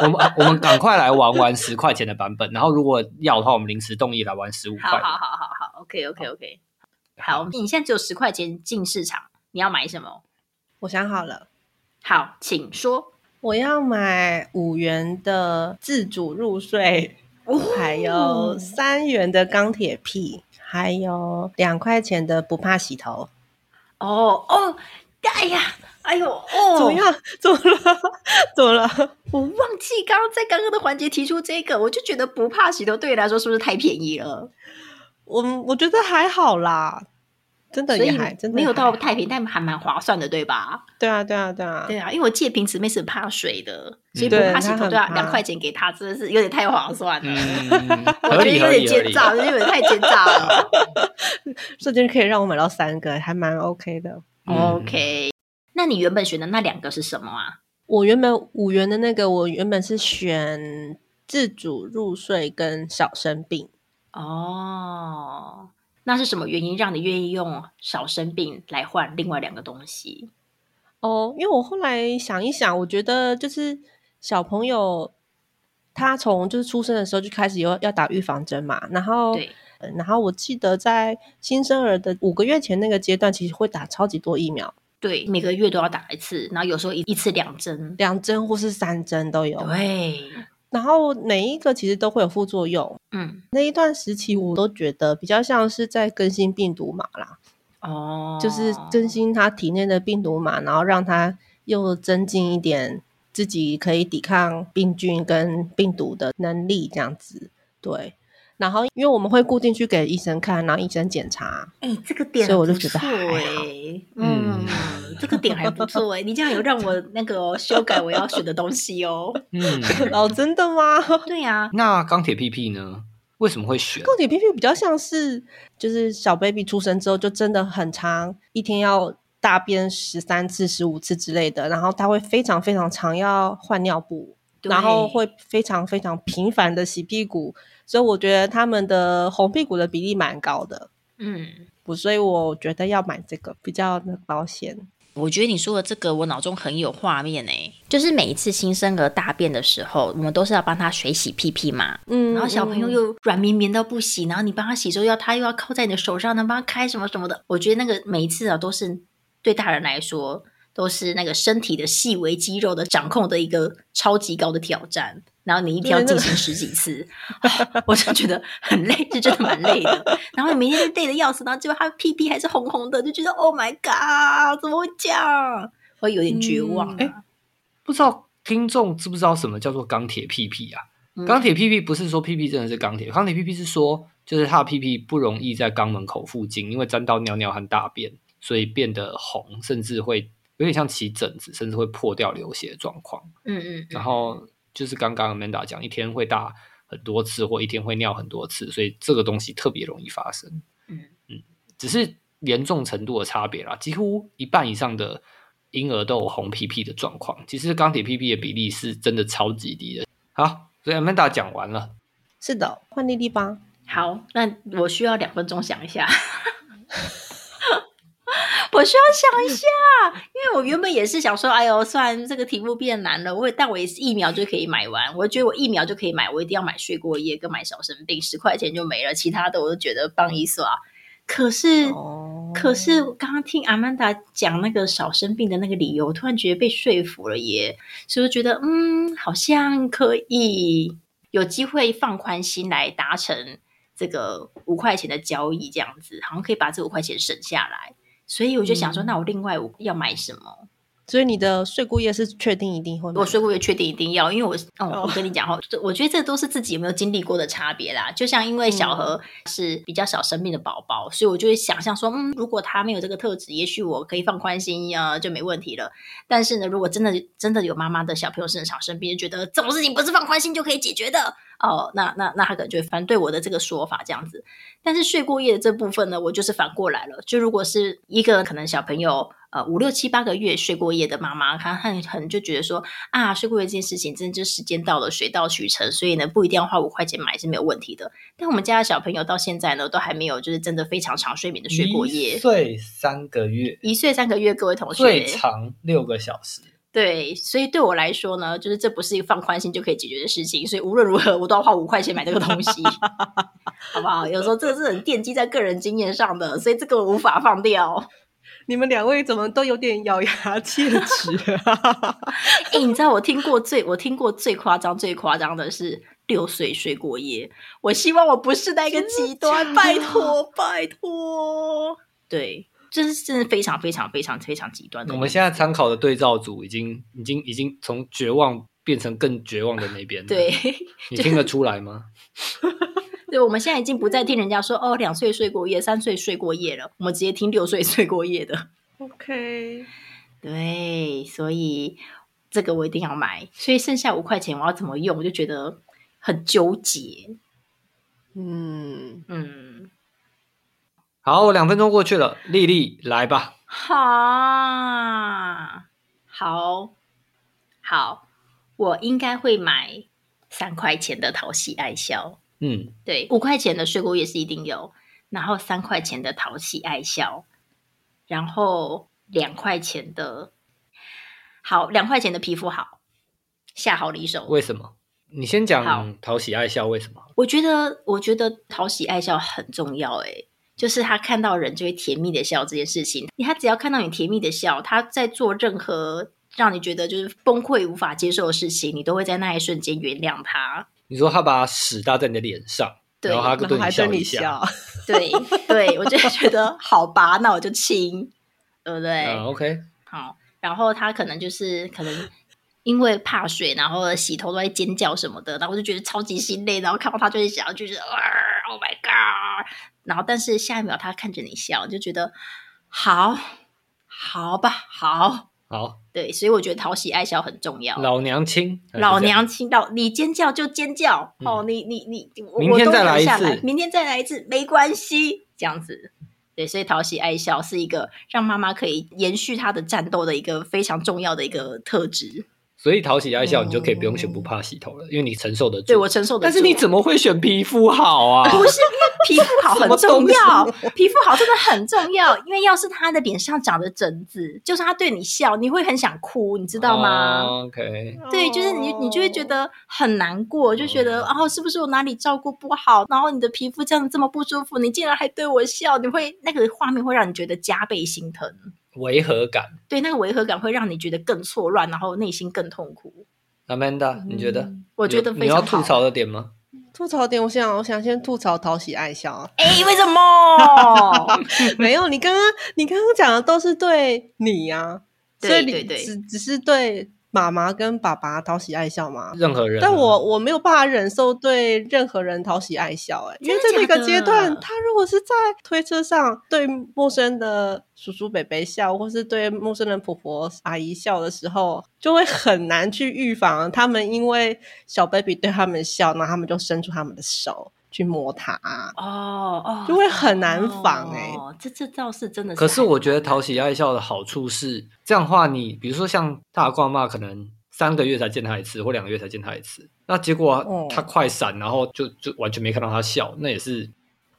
Speaker 2: 我们我们赶快来玩玩十块钱的版本，然后如果要的话，我们临时动议来玩十五
Speaker 1: 好
Speaker 2: 块
Speaker 1: 好
Speaker 2: 的。
Speaker 1: 好好好，OK OK OK，好，你现在只有十块钱进市场，你要买什么？
Speaker 3: 我想好了，
Speaker 1: 好，请说。
Speaker 3: 我要买五元的自主入睡，
Speaker 1: 哦
Speaker 3: 还有三元的钢铁屁，还有两块钱的不怕洗头。
Speaker 1: 哦哦，哎呀，哎呦
Speaker 3: 怎么
Speaker 1: 哦，
Speaker 3: 样？怎么了？怎么了？
Speaker 1: 我忘记刚刚在刚刚的环节提出这个，我就觉得不怕洗头对你来说是不是太便宜了？
Speaker 3: 我我觉得还好啦，真的
Speaker 1: 所
Speaker 3: 也
Speaker 1: 以
Speaker 3: 还真的
Speaker 1: 没有
Speaker 3: 也还
Speaker 1: 到
Speaker 3: 好
Speaker 1: 太便宜，但还蛮划算的，对吧？
Speaker 3: 对啊，对啊，对啊，
Speaker 1: 对啊，因为我记得平时妹是很怕水的，所以
Speaker 2: 嗯
Speaker 1: 不
Speaker 3: 对
Speaker 1: 怕洗
Speaker 3: 她
Speaker 1: 头
Speaker 3: 很
Speaker 1: 对啊，
Speaker 3: 怕
Speaker 1: 两块钱给她真的是有点太划算了。
Speaker 2: 嗯，
Speaker 1: 我 觉得
Speaker 2: 合理
Speaker 1: 有
Speaker 2: 合
Speaker 1: 点
Speaker 2: 理合理
Speaker 1: 奸。诈，有点太奸诈了。
Speaker 3: 这就是可以让我买到三个，还蛮 OK 的。
Speaker 2: 嗯
Speaker 1: OK，那你原本选的那两个是什么啊？
Speaker 3: 我原本五元的那个，我原本是选自主入睡跟小生病，
Speaker 1: 哦，那是什么原因让你愿意用少生病来换另外两个东西？
Speaker 3: 哦，因为我后来想一想，我觉得就是小朋友他从就是出生的时候就开始有要打预防针嘛，然后
Speaker 1: 对，
Speaker 3: 呃然后我记得在新生儿的五个月前那个阶段，其实会打超级多疫苗，
Speaker 1: 对，每个月都要打一次，然后有时候一一次两针。
Speaker 3: 两针或是三针都有，
Speaker 1: 对，
Speaker 3: 然后每一个其实都会有副作用。
Speaker 1: 嗯，
Speaker 3: 那一段时期，我都觉得比较像是在更新病毒码啦，
Speaker 1: 哦，
Speaker 3: 就是更新他体内的病毒码，然后让他又增进一点自己可以抵抗病菌跟病毒的能力，这样子。对，然后因为我们会固定去给医生看，然后医生检查。
Speaker 1: 哎、这个点
Speaker 3: 所以我
Speaker 1: 不
Speaker 3: 就觉得
Speaker 1: 错
Speaker 3: 还好
Speaker 1: 哎嗯，这个点还不错哎、你这样有让我那个哦、修改我要选的东西哦。
Speaker 2: 嗯，
Speaker 3: 哦，真的吗？
Speaker 1: 对
Speaker 4: 啊
Speaker 1: 呀、
Speaker 2: 那钢铁屁屁呢？为什么会选？
Speaker 3: 钢铁 PP 比较像是，就是小 baby 出生之后就真的很长，一天要大便十三次、十五次之类的，然后他会非常非常长要换尿布，
Speaker 1: 对
Speaker 3: 然后会非常非常频繁的洗屁股，所以我觉得他们的红屁股的比例蛮高的，
Speaker 1: 嗯，
Speaker 3: 我所以我觉得要买这个比较保险。
Speaker 4: 我觉得你说的这个，我脑中很有画面哎、
Speaker 1: 就是每一次新生儿大便的时候，我们都是要帮他水洗屁屁嘛，
Speaker 3: 嗯
Speaker 1: 然后小朋友又软绵绵到不行，然后你帮他洗之后，要他又要靠在你的手上，能帮他开什么什么的。我觉得那个每一次啊，都是对大人来说，都是那个身体的细微肌肉的掌控的一个超级高的挑战。然后你一天要
Speaker 3: 对那
Speaker 1: 进
Speaker 3: 个
Speaker 1: 行十几次， 哦我就觉得很累，是真的蛮累的。然后你每天就累得要死，然后结果他屁屁还是红红的，就觉得 Oh my God，怎么会这样？会有点绝望、
Speaker 3: 嗯
Speaker 1: 啊。
Speaker 2: 不知道听众知不知道什么叫做钢铁屁屁啊？
Speaker 1: 嗯
Speaker 2: 钢铁屁屁不是说屁屁真的是钢铁，钢铁屁屁是说就是它的屁屁不容易在肛门口附近，因为沾到尿尿和大便，所以变得红，甚至会有点像起疹子，甚至会破掉流血的状况。
Speaker 1: 嗯嗯嗯，
Speaker 2: 然后就是刚刚 Amanda 讲，一天会大很多次，或一天会尿很多次，所以这个东西特别容易发生。
Speaker 1: 嗯
Speaker 2: 嗯，只是严重程度的差别啦，几乎一半以上的婴儿都有红屁屁的状况。其实钢铁屁屁的比例是真的超级低的。好，所以 Amanda 讲完了。
Speaker 3: 是的，换丽丽吧。
Speaker 1: 好，那我需要两分钟想一下。我需要想一下，因为我原本也是想说，哎呦，虽然这个题目变难了，我也但我也是一秒就可以买完。我觉得我一秒就可以买，我一定要买睡过夜跟买小生病，十块钱就没了，其他的我都觉得棒一刷。可是，
Speaker 3: 哦
Speaker 1: 可是我刚刚听阿曼达讲那个少生病的那个理由，我突然觉得被说服了耶，所以我觉得嗯，好像可以有机会放宽心来达成这个五块钱的交易，这样子好像可以把这五块钱省下来。所以我就想说，
Speaker 3: 嗯
Speaker 1: 那我另外我要买什么？
Speaker 3: 所以你的睡过夜是确定一定会买
Speaker 1: 我睡过也确定一定要，因为我
Speaker 3: 哦
Speaker 1: 哦，我跟你讲哈，这我觉得这都是自己有没有经历过的差别啦。就像因为小何是比较少生病的宝宝，所以我就会想象说，嗯，如果他没有这个特质，也许我可以放宽心啊、呃就没问题了。但是呢，如果真的真的有妈妈的小朋友是很少生病，就觉得这种事情不是放宽心就可以解决的哦，那那那他可能就会反对我的这个说法这样子。但是睡过夜的这部分呢，我就是反过来了。就如果是一个可能小朋友呃五六七八个月睡过夜的妈妈，她她可能就觉得说啊，睡过夜这件事情真的就是时间到了，水到渠成，所以呢不一定要花五块钱买是没有问题的。但我们家的小朋友到现在呢，都还没有就是真的非常长睡眠的睡过
Speaker 2: 一
Speaker 1: 夜。
Speaker 2: 岁三个月，
Speaker 1: 一岁三个月，各位同学，
Speaker 2: 最长六个小时。
Speaker 1: 对，所以对我来说呢，就是这不是一个放宽心就可以解决的事情，所以无论如何我都要花五块钱买这个东西，好不好？有时候这个是很奠基在个人经验上的，所以这个我无法放掉。
Speaker 3: 你们两位怎么都有点咬牙切齿、 啊？
Speaker 1: 哎，你知道我听过最我听过最夸张最夸张的是六岁睡过夜，我希望我不是那个极端，拜托拜托。对，这是真的非常非常非常非常极端的。
Speaker 2: 我们现在参考的对照组已经已经已经从绝望变成更绝望的那边了。
Speaker 1: 对。
Speaker 2: 你听得出来吗？
Speaker 1: 对，我们现在已经不再听人家说哦，两岁睡过夜，三岁睡过夜了，我们直接听六岁睡过夜的。
Speaker 3: OK，
Speaker 1: 对，所以这个我一定要买，所以剩下五块钱我要怎么用，我就觉得很纠结。
Speaker 3: 嗯，
Speaker 1: 嗯，
Speaker 2: 好，两分钟过去了，丽丽来吧。
Speaker 1: 哈，好，好，我应该会买三块钱的淘气爱笑，
Speaker 2: 嗯，
Speaker 1: 对，五块钱的水果也是一定有，然后三块钱的淘气爱笑，然后两块钱的，好，两块钱的皮肤好，下好离手。
Speaker 2: 为什么？你先
Speaker 1: 好
Speaker 2: 讲讨喜爱笑为什么？
Speaker 1: 我觉得，我觉得讨喜爱笑很重要、欸，就是他看到人就会甜蜜的笑这件事情，他只要看到你甜蜜的笑，他在做任何让你觉得就是崩溃无法接受的事情，你都会在那一瞬间原谅他。
Speaker 2: 你说他把屎搭在你的脸上，
Speaker 1: 对
Speaker 2: 然后他
Speaker 3: 然
Speaker 2: 对
Speaker 3: 后
Speaker 2: 你
Speaker 3: 还对
Speaker 2: 笑
Speaker 3: 你
Speaker 2: 一下。
Speaker 3: 笑，
Speaker 1: 对，对我就会觉得好吧，那我就亲，对不对？
Speaker 2: 嗯，OK，
Speaker 1: 好，然后他可能就是可能因为怕水，然后洗头都在尖叫什么的，然后我就觉得超级心累，然后看到他就是想要就是啊，Oh my god！然后但是下一秒他看着你笑，你就觉得好，好吧，好，
Speaker 2: 好，
Speaker 1: 对，所以我觉得讨喜爱笑很重要。
Speaker 2: 老娘亲，还是
Speaker 1: 老
Speaker 2: 这样，
Speaker 1: 娘听到你尖叫就尖叫、
Speaker 2: 嗯
Speaker 1: 哦，你你你，我
Speaker 2: 明
Speaker 1: 我
Speaker 2: 天
Speaker 1: 都
Speaker 2: 再来
Speaker 1: 忍
Speaker 2: 一
Speaker 1: 下
Speaker 2: 次
Speaker 1: 来，明天再来一次没关系，这样子。对，所以讨喜爱笑是一个让妈妈可以延续她的战斗的一个非常重要的一个特质。
Speaker 2: 所以讨喜爱笑，
Speaker 3: 嗯
Speaker 2: 你就可以不用选不怕洗头了，因为你承受得住。
Speaker 1: 哦对我承受得住，
Speaker 2: 但是你怎么会选皮肤好啊？
Speaker 1: 不是因为皮肤好
Speaker 2: 什么
Speaker 1: 很重要，皮肤好真的很重要。因为要是她的脸上长着疹子，就是她对你笑，你会很想哭，你知道吗？
Speaker 2: 哦？OK，
Speaker 1: 对，就是你，你就会
Speaker 3: 哦
Speaker 1: 觉得很难过，就觉得
Speaker 2: 哦
Speaker 1: 哦，是不是我哪里照顾不好？然后你的皮肤这样子这么不舒服，你竟然还对我笑，你会那个画面会让你觉得加倍心疼，
Speaker 2: 违和感。
Speaker 1: 对，那个违和感会让你觉得更错乱，然后内心更痛苦。
Speaker 2: Amanda，你觉得？
Speaker 3: 嗯
Speaker 1: 我觉得
Speaker 2: 你你
Speaker 1: 非
Speaker 2: 要
Speaker 1: 常
Speaker 2: 吐
Speaker 1: 好。
Speaker 2: 槽的点吗？
Speaker 3: 吐槽点，我想我想先吐槽讨喜爱笑啊，
Speaker 1: 哎，为什么？
Speaker 3: 没有，你刚刚你刚刚讲的都是对你啊，
Speaker 1: 对
Speaker 3: 所以你
Speaker 1: 对对
Speaker 3: 只只是对妈妈跟爸爸讨喜爱笑嘛。
Speaker 2: 任何人啊、
Speaker 3: 但我我没有办法忍受对任何人讨喜爱笑、欸，哎，因为
Speaker 1: 真
Speaker 3: 在
Speaker 1: 的
Speaker 3: 那
Speaker 1: 假
Speaker 3: 个阶段
Speaker 1: 的，
Speaker 3: 他如果是在推车上对陌生的叔叔伯伯笑，或是对陌生的婆婆阿姨笑的时候，就会很难去预防他们因为小 baby 对他们笑，然后他们就伸出他们的手去摸他。啊
Speaker 1: 哦 哦，
Speaker 3: 就会很难防哎
Speaker 1: 哦这这倒是真的。
Speaker 2: 欸可是我觉得讨喜爱笑的好处是，这样的话你，比如说像大冠妈，可能三个月才见他一次，或两个月才见他一次，那结果
Speaker 3: 哦
Speaker 2: 他快闪，然后就就完全没看到他笑，那也是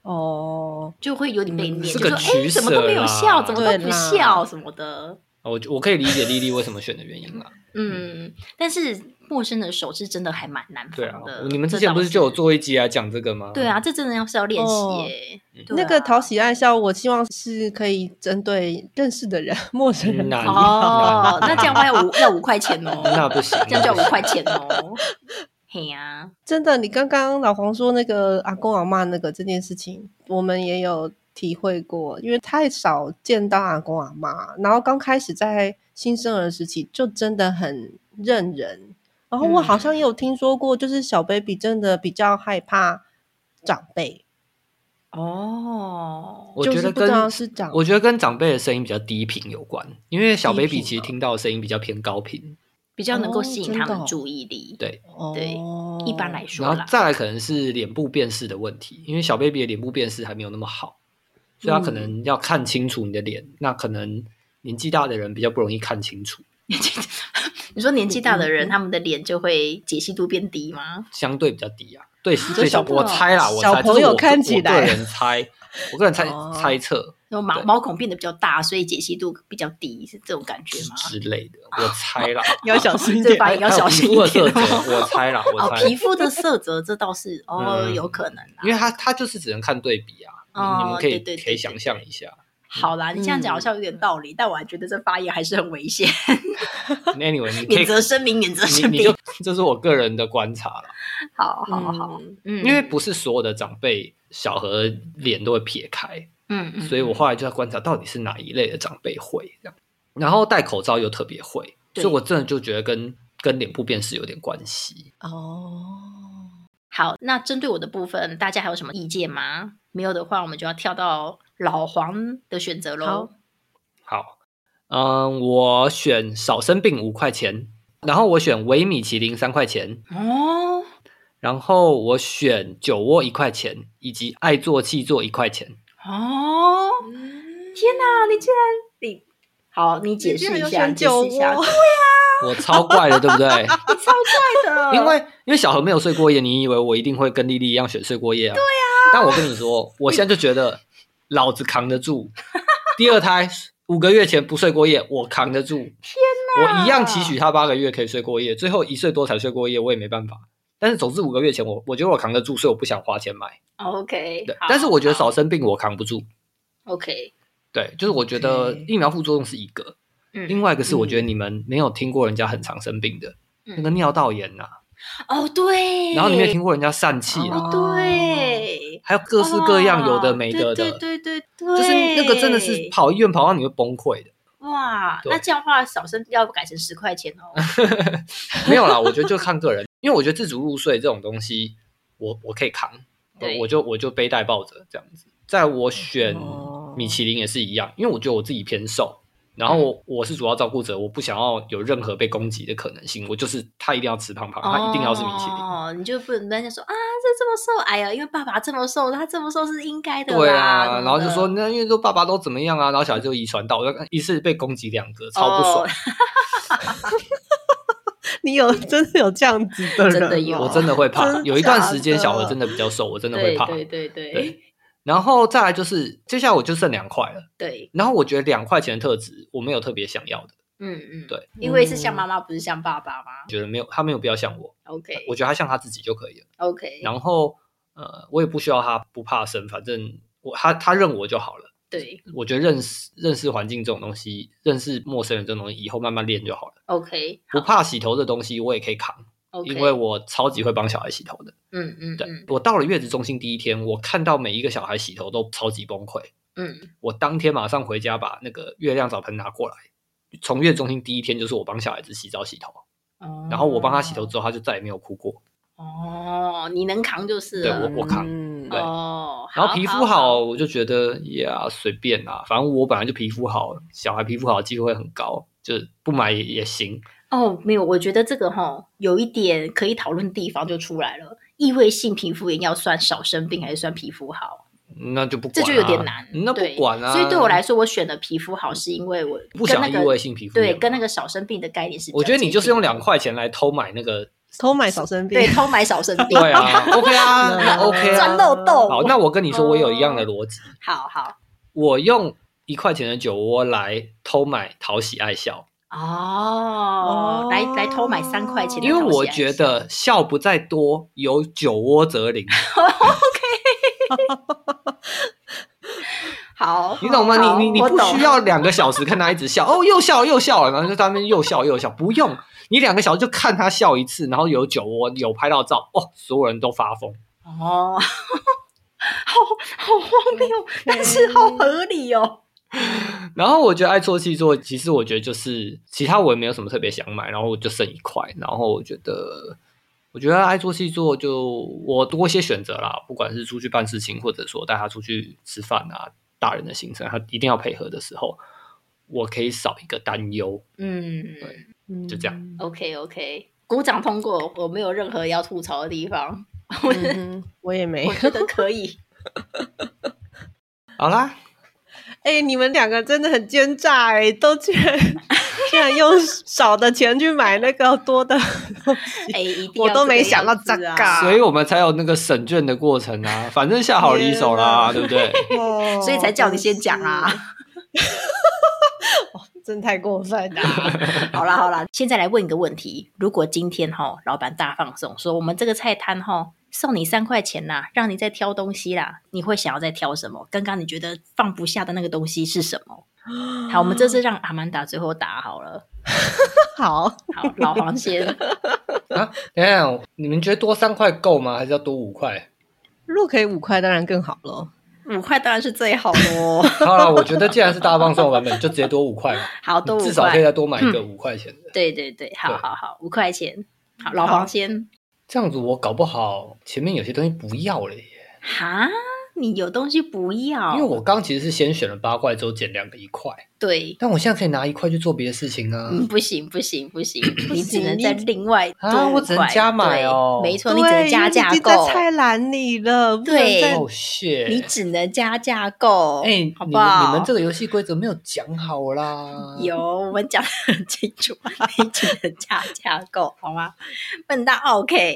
Speaker 3: 哦，
Speaker 1: 就会有点被念，
Speaker 2: 嗯是
Speaker 1: 就
Speaker 2: 个
Speaker 1: 说哎，
Speaker 2: 取
Speaker 1: 怎么都没有
Speaker 2: 舍啦
Speaker 1: 笑，怎么都
Speaker 3: 对
Speaker 1: 不
Speaker 3: 啦
Speaker 1: 笑什么的。
Speaker 2: 我我可以理解莉莉为什么选的原因啦。
Speaker 1: 嗯，但是陌生的手是真的还蛮难
Speaker 2: 对啊
Speaker 1: 防的。，
Speaker 2: 你们之
Speaker 1: 这
Speaker 2: 前
Speaker 1: 倒
Speaker 2: 不是就有
Speaker 1: 是？
Speaker 2: 做一集来讲这个吗？
Speaker 1: 对啊，，这真的要是要练习
Speaker 3: 哦
Speaker 1: 耶。
Speaker 2: 嗯
Speaker 1: 对
Speaker 3: 那个
Speaker 1: 啊
Speaker 3: 讨喜爱笑，我希望是可以针对认识的人、陌生
Speaker 1: 嗯
Speaker 3: 人
Speaker 2: 那
Speaker 3: 讨
Speaker 2: 你
Speaker 1: 哦，那这样的话要五要五块钱哦，
Speaker 2: 嗯 那不行，
Speaker 1: 这样就要
Speaker 2: 那不
Speaker 1: 五
Speaker 2: 行
Speaker 1: 块钱 哦。嘿呀、
Speaker 3: 真的，你刚刚老黄说那个阿公阿妈那个这件事情，我们也有体会过，因为太少见到阿公阿妈，然后刚开始在新生儿时期就真的很认人，然后我
Speaker 1: 嗯
Speaker 3: 好像也有听说过，就是小 baby 真的比较害怕长辈，
Speaker 1: 哦，
Speaker 2: 我
Speaker 3: 就
Speaker 2: 觉
Speaker 3: 是
Speaker 2: 得
Speaker 3: 不知道
Speaker 2: 跟
Speaker 3: 是长，
Speaker 2: 我觉得跟长辈的声音比较低频有关，因为小
Speaker 3: 低频
Speaker 2: baby 其实听到的声音比较偏高频，
Speaker 1: 比较能够
Speaker 3: 哦
Speaker 1: 吸引
Speaker 3: 真
Speaker 1: 他
Speaker 3: 的
Speaker 1: 们
Speaker 3: 哦
Speaker 1: 注意力。
Speaker 2: 对，
Speaker 1: 对
Speaker 3: 哦
Speaker 1: 一般来说
Speaker 2: 然后
Speaker 1: 啦，
Speaker 2: 再来可能是脸部辨识的问题，因为小 baby 的脸部辨识还没有那么好，所以他可
Speaker 1: 嗯
Speaker 2: 能要看清楚你的脸，那可能年纪大的人比较不容易看清楚，
Speaker 1: 你说年纪大的人，
Speaker 3: 嗯嗯
Speaker 1: 他们的脸就会解析度变低吗？
Speaker 2: 相对比较低啊。对
Speaker 1: 啊
Speaker 2: 对，小
Speaker 1: 真的哦
Speaker 2: 我猜啦，我猜
Speaker 3: 小
Speaker 2: 这是
Speaker 3: 朋友
Speaker 2: 我个
Speaker 3: 看起来
Speaker 2: 我个人猜，我个人 猜
Speaker 3: 哦
Speaker 2: 猜测
Speaker 1: 然后毛
Speaker 2: 对
Speaker 1: 毛孔变得比较大，所以解析度比较低，是这种感觉吗？
Speaker 2: 之类的，我猜 啦。
Speaker 3: 你要小心一
Speaker 1: 这
Speaker 3: 点。
Speaker 1: 把也要
Speaker 2: 还有
Speaker 1: 小
Speaker 2: 皮
Speaker 1: 心
Speaker 2: 肤
Speaker 1: 一
Speaker 2: 的
Speaker 1: 点
Speaker 2: 色泽
Speaker 1: 哦。
Speaker 2: 我猜啦，我
Speaker 1: 哦，
Speaker 2: 猜，
Speaker 1: 皮肤的色泽这倒是哦，
Speaker 2: 嗯
Speaker 1: 有可能啦。
Speaker 2: 因为他他就是只能看对比啊，
Speaker 1: 哦
Speaker 2: 你你们可以
Speaker 1: 对对对
Speaker 2: 可以想象一下。
Speaker 1: 好啦，你这样讲好像有
Speaker 3: 嗯
Speaker 1: 点道理，但我还觉得这发言还是很危险。
Speaker 2: Anyway，你可
Speaker 1: 免
Speaker 2: 以
Speaker 1: 责声明，免责声
Speaker 2: 你
Speaker 1: 明
Speaker 2: 你就。这是我个人的观察了，
Speaker 1: 好好好，
Speaker 3: 嗯
Speaker 1: 嗯，
Speaker 2: 因为不是所有的长辈小和脸都会撇开，
Speaker 1: 嗯，嗯
Speaker 2: 所以我后来就在观察到底是哪一类的长辈会这样，然后戴口罩又特别会，
Speaker 1: 对
Speaker 2: 所以我真的就觉得跟跟脸部辨识有点关系。
Speaker 3: 哦，
Speaker 1: 好，那针对我的部分，大家还有什么意见吗？没有的话，我们就要跳到老黄的选择喽
Speaker 3: 好。
Speaker 2: 好，嗯，我选少生病五块钱，然后我选微米其林三块钱，
Speaker 1: 哦，
Speaker 2: 然后我选酒窝一块钱，以及爱做气做一块钱。
Speaker 1: 哦，
Speaker 3: 嗯
Speaker 1: 天哪！你竟然你好，你解释一下，
Speaker 3: 你
Speaker 1: 你
Speaker 3: 居然
Speaker 1: 解
Speaker 3: 有
Speaker 1: 释
Speaker 3: 选
Speaker 1: 一下，
Speaker 3: 酒窝
Speaker 2: 我超怪的，对 不对？
Speaker 1: 你超怪的。
Speaker 2: 因为因为小何没有睡过夜，你以为我一定会跟丽丽一样选睡过夜啊？对啊。但我跟你说，我现在就觉得老子扛得住。第二胎五个月前不睡过夜，我扛得住。天
Speaker 1: 哪
Speaker 2: 我一样期许他八个月可以睡过夜，最后一岁多才睡过夜，我也没办法。但是总之五个月前我我觉得我扛得住，所以我不想花钱买。
Speaker 1: OK，
Speaker 2: 对
Speaker 1: 好，
Speaker 2: 但是我觉得
Speaker 1: 好
Speaker 2: 少生病我扛不住。
Speaker 1: OK，
Speaker 2: 对，就是我觉得
Speaker 3: OK
Speaker 2: 疫苗副作用是一个，
Speaker 1: 嗯，
Speaker 2: 另外一个是我觉得你们没有听过人家很常生病的、
Speaker 1: 嗯
Speaker 2: 那个尿道炎呐、
Speaker 1: 哦对，
Speaker 2: 然后你没有听过人家疝气啊，
Speaker 1: 哦对，
Speaker 2: 还有各式各样有的没的
Speaker 1: 哦
Speaker 2: 的，
Speaker 1: 对对对对对，
Speaker 2: 就是那个真的是跑医院跑到你会崩溃的。
Speaker 1: 哇，
Speaker 2: 对
Speaker 1: 那这样的话，小生要改成十块钱哦。
Speaker 2: 没有 啦，我觉得就看个人，因为我觉得自主入睡这种东西，我我可以扛，
Speaker 1: 对
Speaker 2: 我我就我就背带抱着这样子。在我选
Speaker 3: 哦
Speaker 2: 米其林也是一样，因为我觉得我自己偏瘦，
Speaker 1: 嗯
Speaker 2: 然后我我是主要照顾者，我不想要有任何被攻击的可能性，我就是他一定要吃胖胖， 他一定要是米其林。
Speaker 1: 哦，你就不能跟人家说啊，这这么瘦，哎呀，因为爸爸这么瘦，他这么瘦是应该的啦。
Speaker 2: 对啊，
Speaker 1: 什么的
Speaker 2: 然后就说那因为都爸爸都怎么样啊，然后小孩就遗传到，我就一次被攻击两个，超不
Speaker 1: 哦
Speaker 2: 爽。
Speaker 3: 你有真的有这样子的人
Speaker 1: 真
Speaker 3: 哦，
Speaker 1: 的有
Speaker 2: 我真的会怕
Speaker 3: 真，
Speaker 2: 有一段时间
Speaker 3: 假的
Speaker 2: 小何真的比较瘦，我真的会
Speaker 1: 对
Speaker 2: 怕。
Speaker 1: 对对对
Speaker 2: 对然后再来就是，接下来我就剩两块了。
Speaker 1: 对，
Speaker 2: 然后我觉得两块钱的特质我没有特别想要的，
Speaker 1: 嗯嗯，
Speaker 2: 对，
Speaker 1: 因为是像妈妈，不是像爸爸吗
Speaker 2: 觉得没有他没有必要像我，
Speaker 1: ？OK
Speaker 2: 我觉得他像他自己就可以了。
Speaker 1: OK，
Speaker 2: 然后呃，我也不需要他不怕生，反正我他他认我就好了。
Speaker 1: 对
Speaker 2: 我觉得认识认识环境这种东西，认识陌生人这种东西，以后慢慢练就好了。
Speaker 1: OK
Speaker 2: 不怕洗头的东西我也可以扛，
Speaker 1: OK，
Speaker 2: 因为我超级会帮小孩洗头的。
Speaker 1: 嗯嗯
Speaker 2: 对
Speaker 1: 嗯
Speaker 2: 我到了月子中心第一天，我看到每一个小孩洗头都超级崩溃。
Speaker 1: 嗯，
Speaker 2: 我当天马上回家把那个月亮澡盆拿过来，从月子中心第一天就是我帮小孩子洗澡洗头，
Speaker 1: 哦
Speaker 2: 然后我帮他洗头。之后，他就再也没有哭过。
Speaker 1: 哦，你能扛就是
Speaker 2: 对
Speaker 1: 了。
Speaker 2: 我扛
Speaker 3: 嗯
Speaker 2: 对
Speaker 1: 哦，
Speaker 2: 然后皮肤好，，我就觉得呀随便啦、反正我本来就皮肤好，小孩皮肤好的机会很高，就是不买也也行。
Speaker 1: 哦，没有，我觉得这个哈、有一点可以讨论的地方就出来了。异位性皮肤炎要算少生病还是算皮肤好，
Speaker 2: 那就不管、
Speaker 1: 这
Speaker 2: 啊，
Speaker 1: 就有点难。
Speaker 2: 那不
Speaker 1: 对
Speaker 2: 管啊，
Speaker 1: 所以对我来说，我选的皮肤好是因为我
Speaker 2: 不
Speaker 1: 跟
Speaker 2: 想
Speaker 1: 那
Speaker 2: 异
Speaker 1: 个
Speaker 2: 位性皮肤炎啊
Speaker 1: 对跟那个少生病的概念是比较
Speaker 2: 我觉得你就是
Speaker 1: 接近
Speaker 2: 用两块钱来偷买那个
Speaker 3: 偷买少生病
Speaker 1: 对，，偷买少生病，
Speaker 2: 对啊，OK 啊
Speaker 3: 嗯
Speaker 2: ，OK 啊。
Speaker 1: 钻漏洞。
Speaker 2: 好，那我跟你说，我有一样的逻辑，
Speaker 1: 好好
Speaker 2: 我用一块钱的酒窝来偷买讨喜爱笑，
Speaker 1: 哦
Speaker 3: 哦，
Speaker 1: 来来偷买三块钱的
Speaker 2: 因为
Speaker 1: 东西
Speaker 2: 我
Speaker 1: 来
Speaker 2: 觉
Speaker 1: 吃
Speaker 2: 得笑不在多，有酒窝则灵，
Speaker 1: 好，
Speaker 2: 你懂吗？
Speaker 1: 好
Speaker 2: 你你你
Speaker 1: 我
Speaker 2: 不
Speaker 1: 懂
Speaker 2: 需要两个小时看他一直笑，哦，又笑又笑了，然后就在那边又笑又笑，不用，你两个小时就看他笑一次，然后有酒窝，有拍到照，哦，所有人都发疯。
Speaker 1: 哦， 好好荒谬，
Speaker 3: 嗯
Speaker 1: 但是好合理哦。
Speaker 2: 然后我觉得爱做戏做，其实我觉得就是其他我也没有什么特别想买，然后我就剩一块，然后我觉得。我觉得爱做戏做就我多一些选择啦，不管是出去办事情，或者说带他出去吃饭啊，大人的行程他一定要配合的时候，我可以少一个担忧。
Speaker 1: 嗯
Speaker 2: 就这样
Speaker 3: 样。
Speaker 1: ，OK OK，鼓掌通过，我没有任何要吐槽的地方，
Speaker 3: 嗯哼我也没
Speaker 1: 我。觉得可以。
Speaker 2: 好啦，
Speaker 3: 哎、你们两个真的很奸诈哎、 都居然居然用少的钱去买那个多的东西。
Speaker 1: 哎，一定
Speaker 3: 我
Speaker 1: 要
Speaker 3: 都
Speaker 1: 这个
Speaker 3: 没想到
Speaker 1: 样子
Speaker 3: 这
Speaker 1: 啊
Speaker 3: 个啊
Speaker 2: 所以我们才有那个审卷的过程啊，反正下好离手啦，对
Speaker 3: 天
Speaker 2: 不对？
Speaker 3: 哦
Speaker 1: 所以才叫你先讲啊。
Speaker 3: 哦真太过分啊了、
Speaker 1: 好啦好啦，现在来问一个问题：如果今天哈、老板大放送，说我们这个菜摊哈、送你三块钱啦，让你再挑东西啦，你会想要再挑什么？刚刚你觉得放不下的那个东西是什么？好，我们 这次让阿曼达最后答好了。
Speaker 3: 好，
Speaker 1: 好，老黄先。
Speaker 2: 啊，等一下，你们觉得多三块够吗？还是要多五块？
Speaker 3: 如果可以五块，当然更好咯。
Speaker 1: 五块当然是最好的哦。
Speaker 2: 好了，我觉得既然是大放送版本，就直接多五块吧。
Speaker 1: 好，多五块，
Speaker 2: 至少可以再多买一个
Speaker 1: 嗯
Speaker 2: 五块钱的。
Speaker 1: 对对对，好
Speaker 2: 对
Speaker 1: 好好，五块钱。好，老黄先。
Speaker 2: 这样子我搞不好前面有些东西不要了耶，
Speaker 1: 哈，你有东西不要？
Speaker 2: 因为我刚其实是先选了八块，之后减两个一块，
Speaker 1: 对，
Speaker 2: 但我现在可以拿一块去做别的事情啊。
Speaker 1: 嗯，不行不行不 行，你只
Speaker 3: 行
Speaker 1: 能
Speaker 3: 你
Speaker 1: 再另外
Speaker 2: 啊
Speaker 1: 多五
Speaker 2: 我只能
Speaker 1: 块
Speaker 2: 加买哦
Speaker 1: 对没啊错，你只能加价
Speaker 3: 已经
Speaker 1: 购
Speaker 3: 在，菜篮里了，不能
Speaker 1: 对
Speaker 3: 再
Speaker 2: 哦，谢。
Speaker 1: 你只能加价购，
Speaker 2: 哎，你
Speaker 1: 好
Speaker 2: 们
Speaker 1: 不好？
Speaker 2: 你们这个游戏规则没有讲好啦。
Speaker 1: 有，我们讲的很清楚， 你只能加价购，好吗？笨蛋，OK，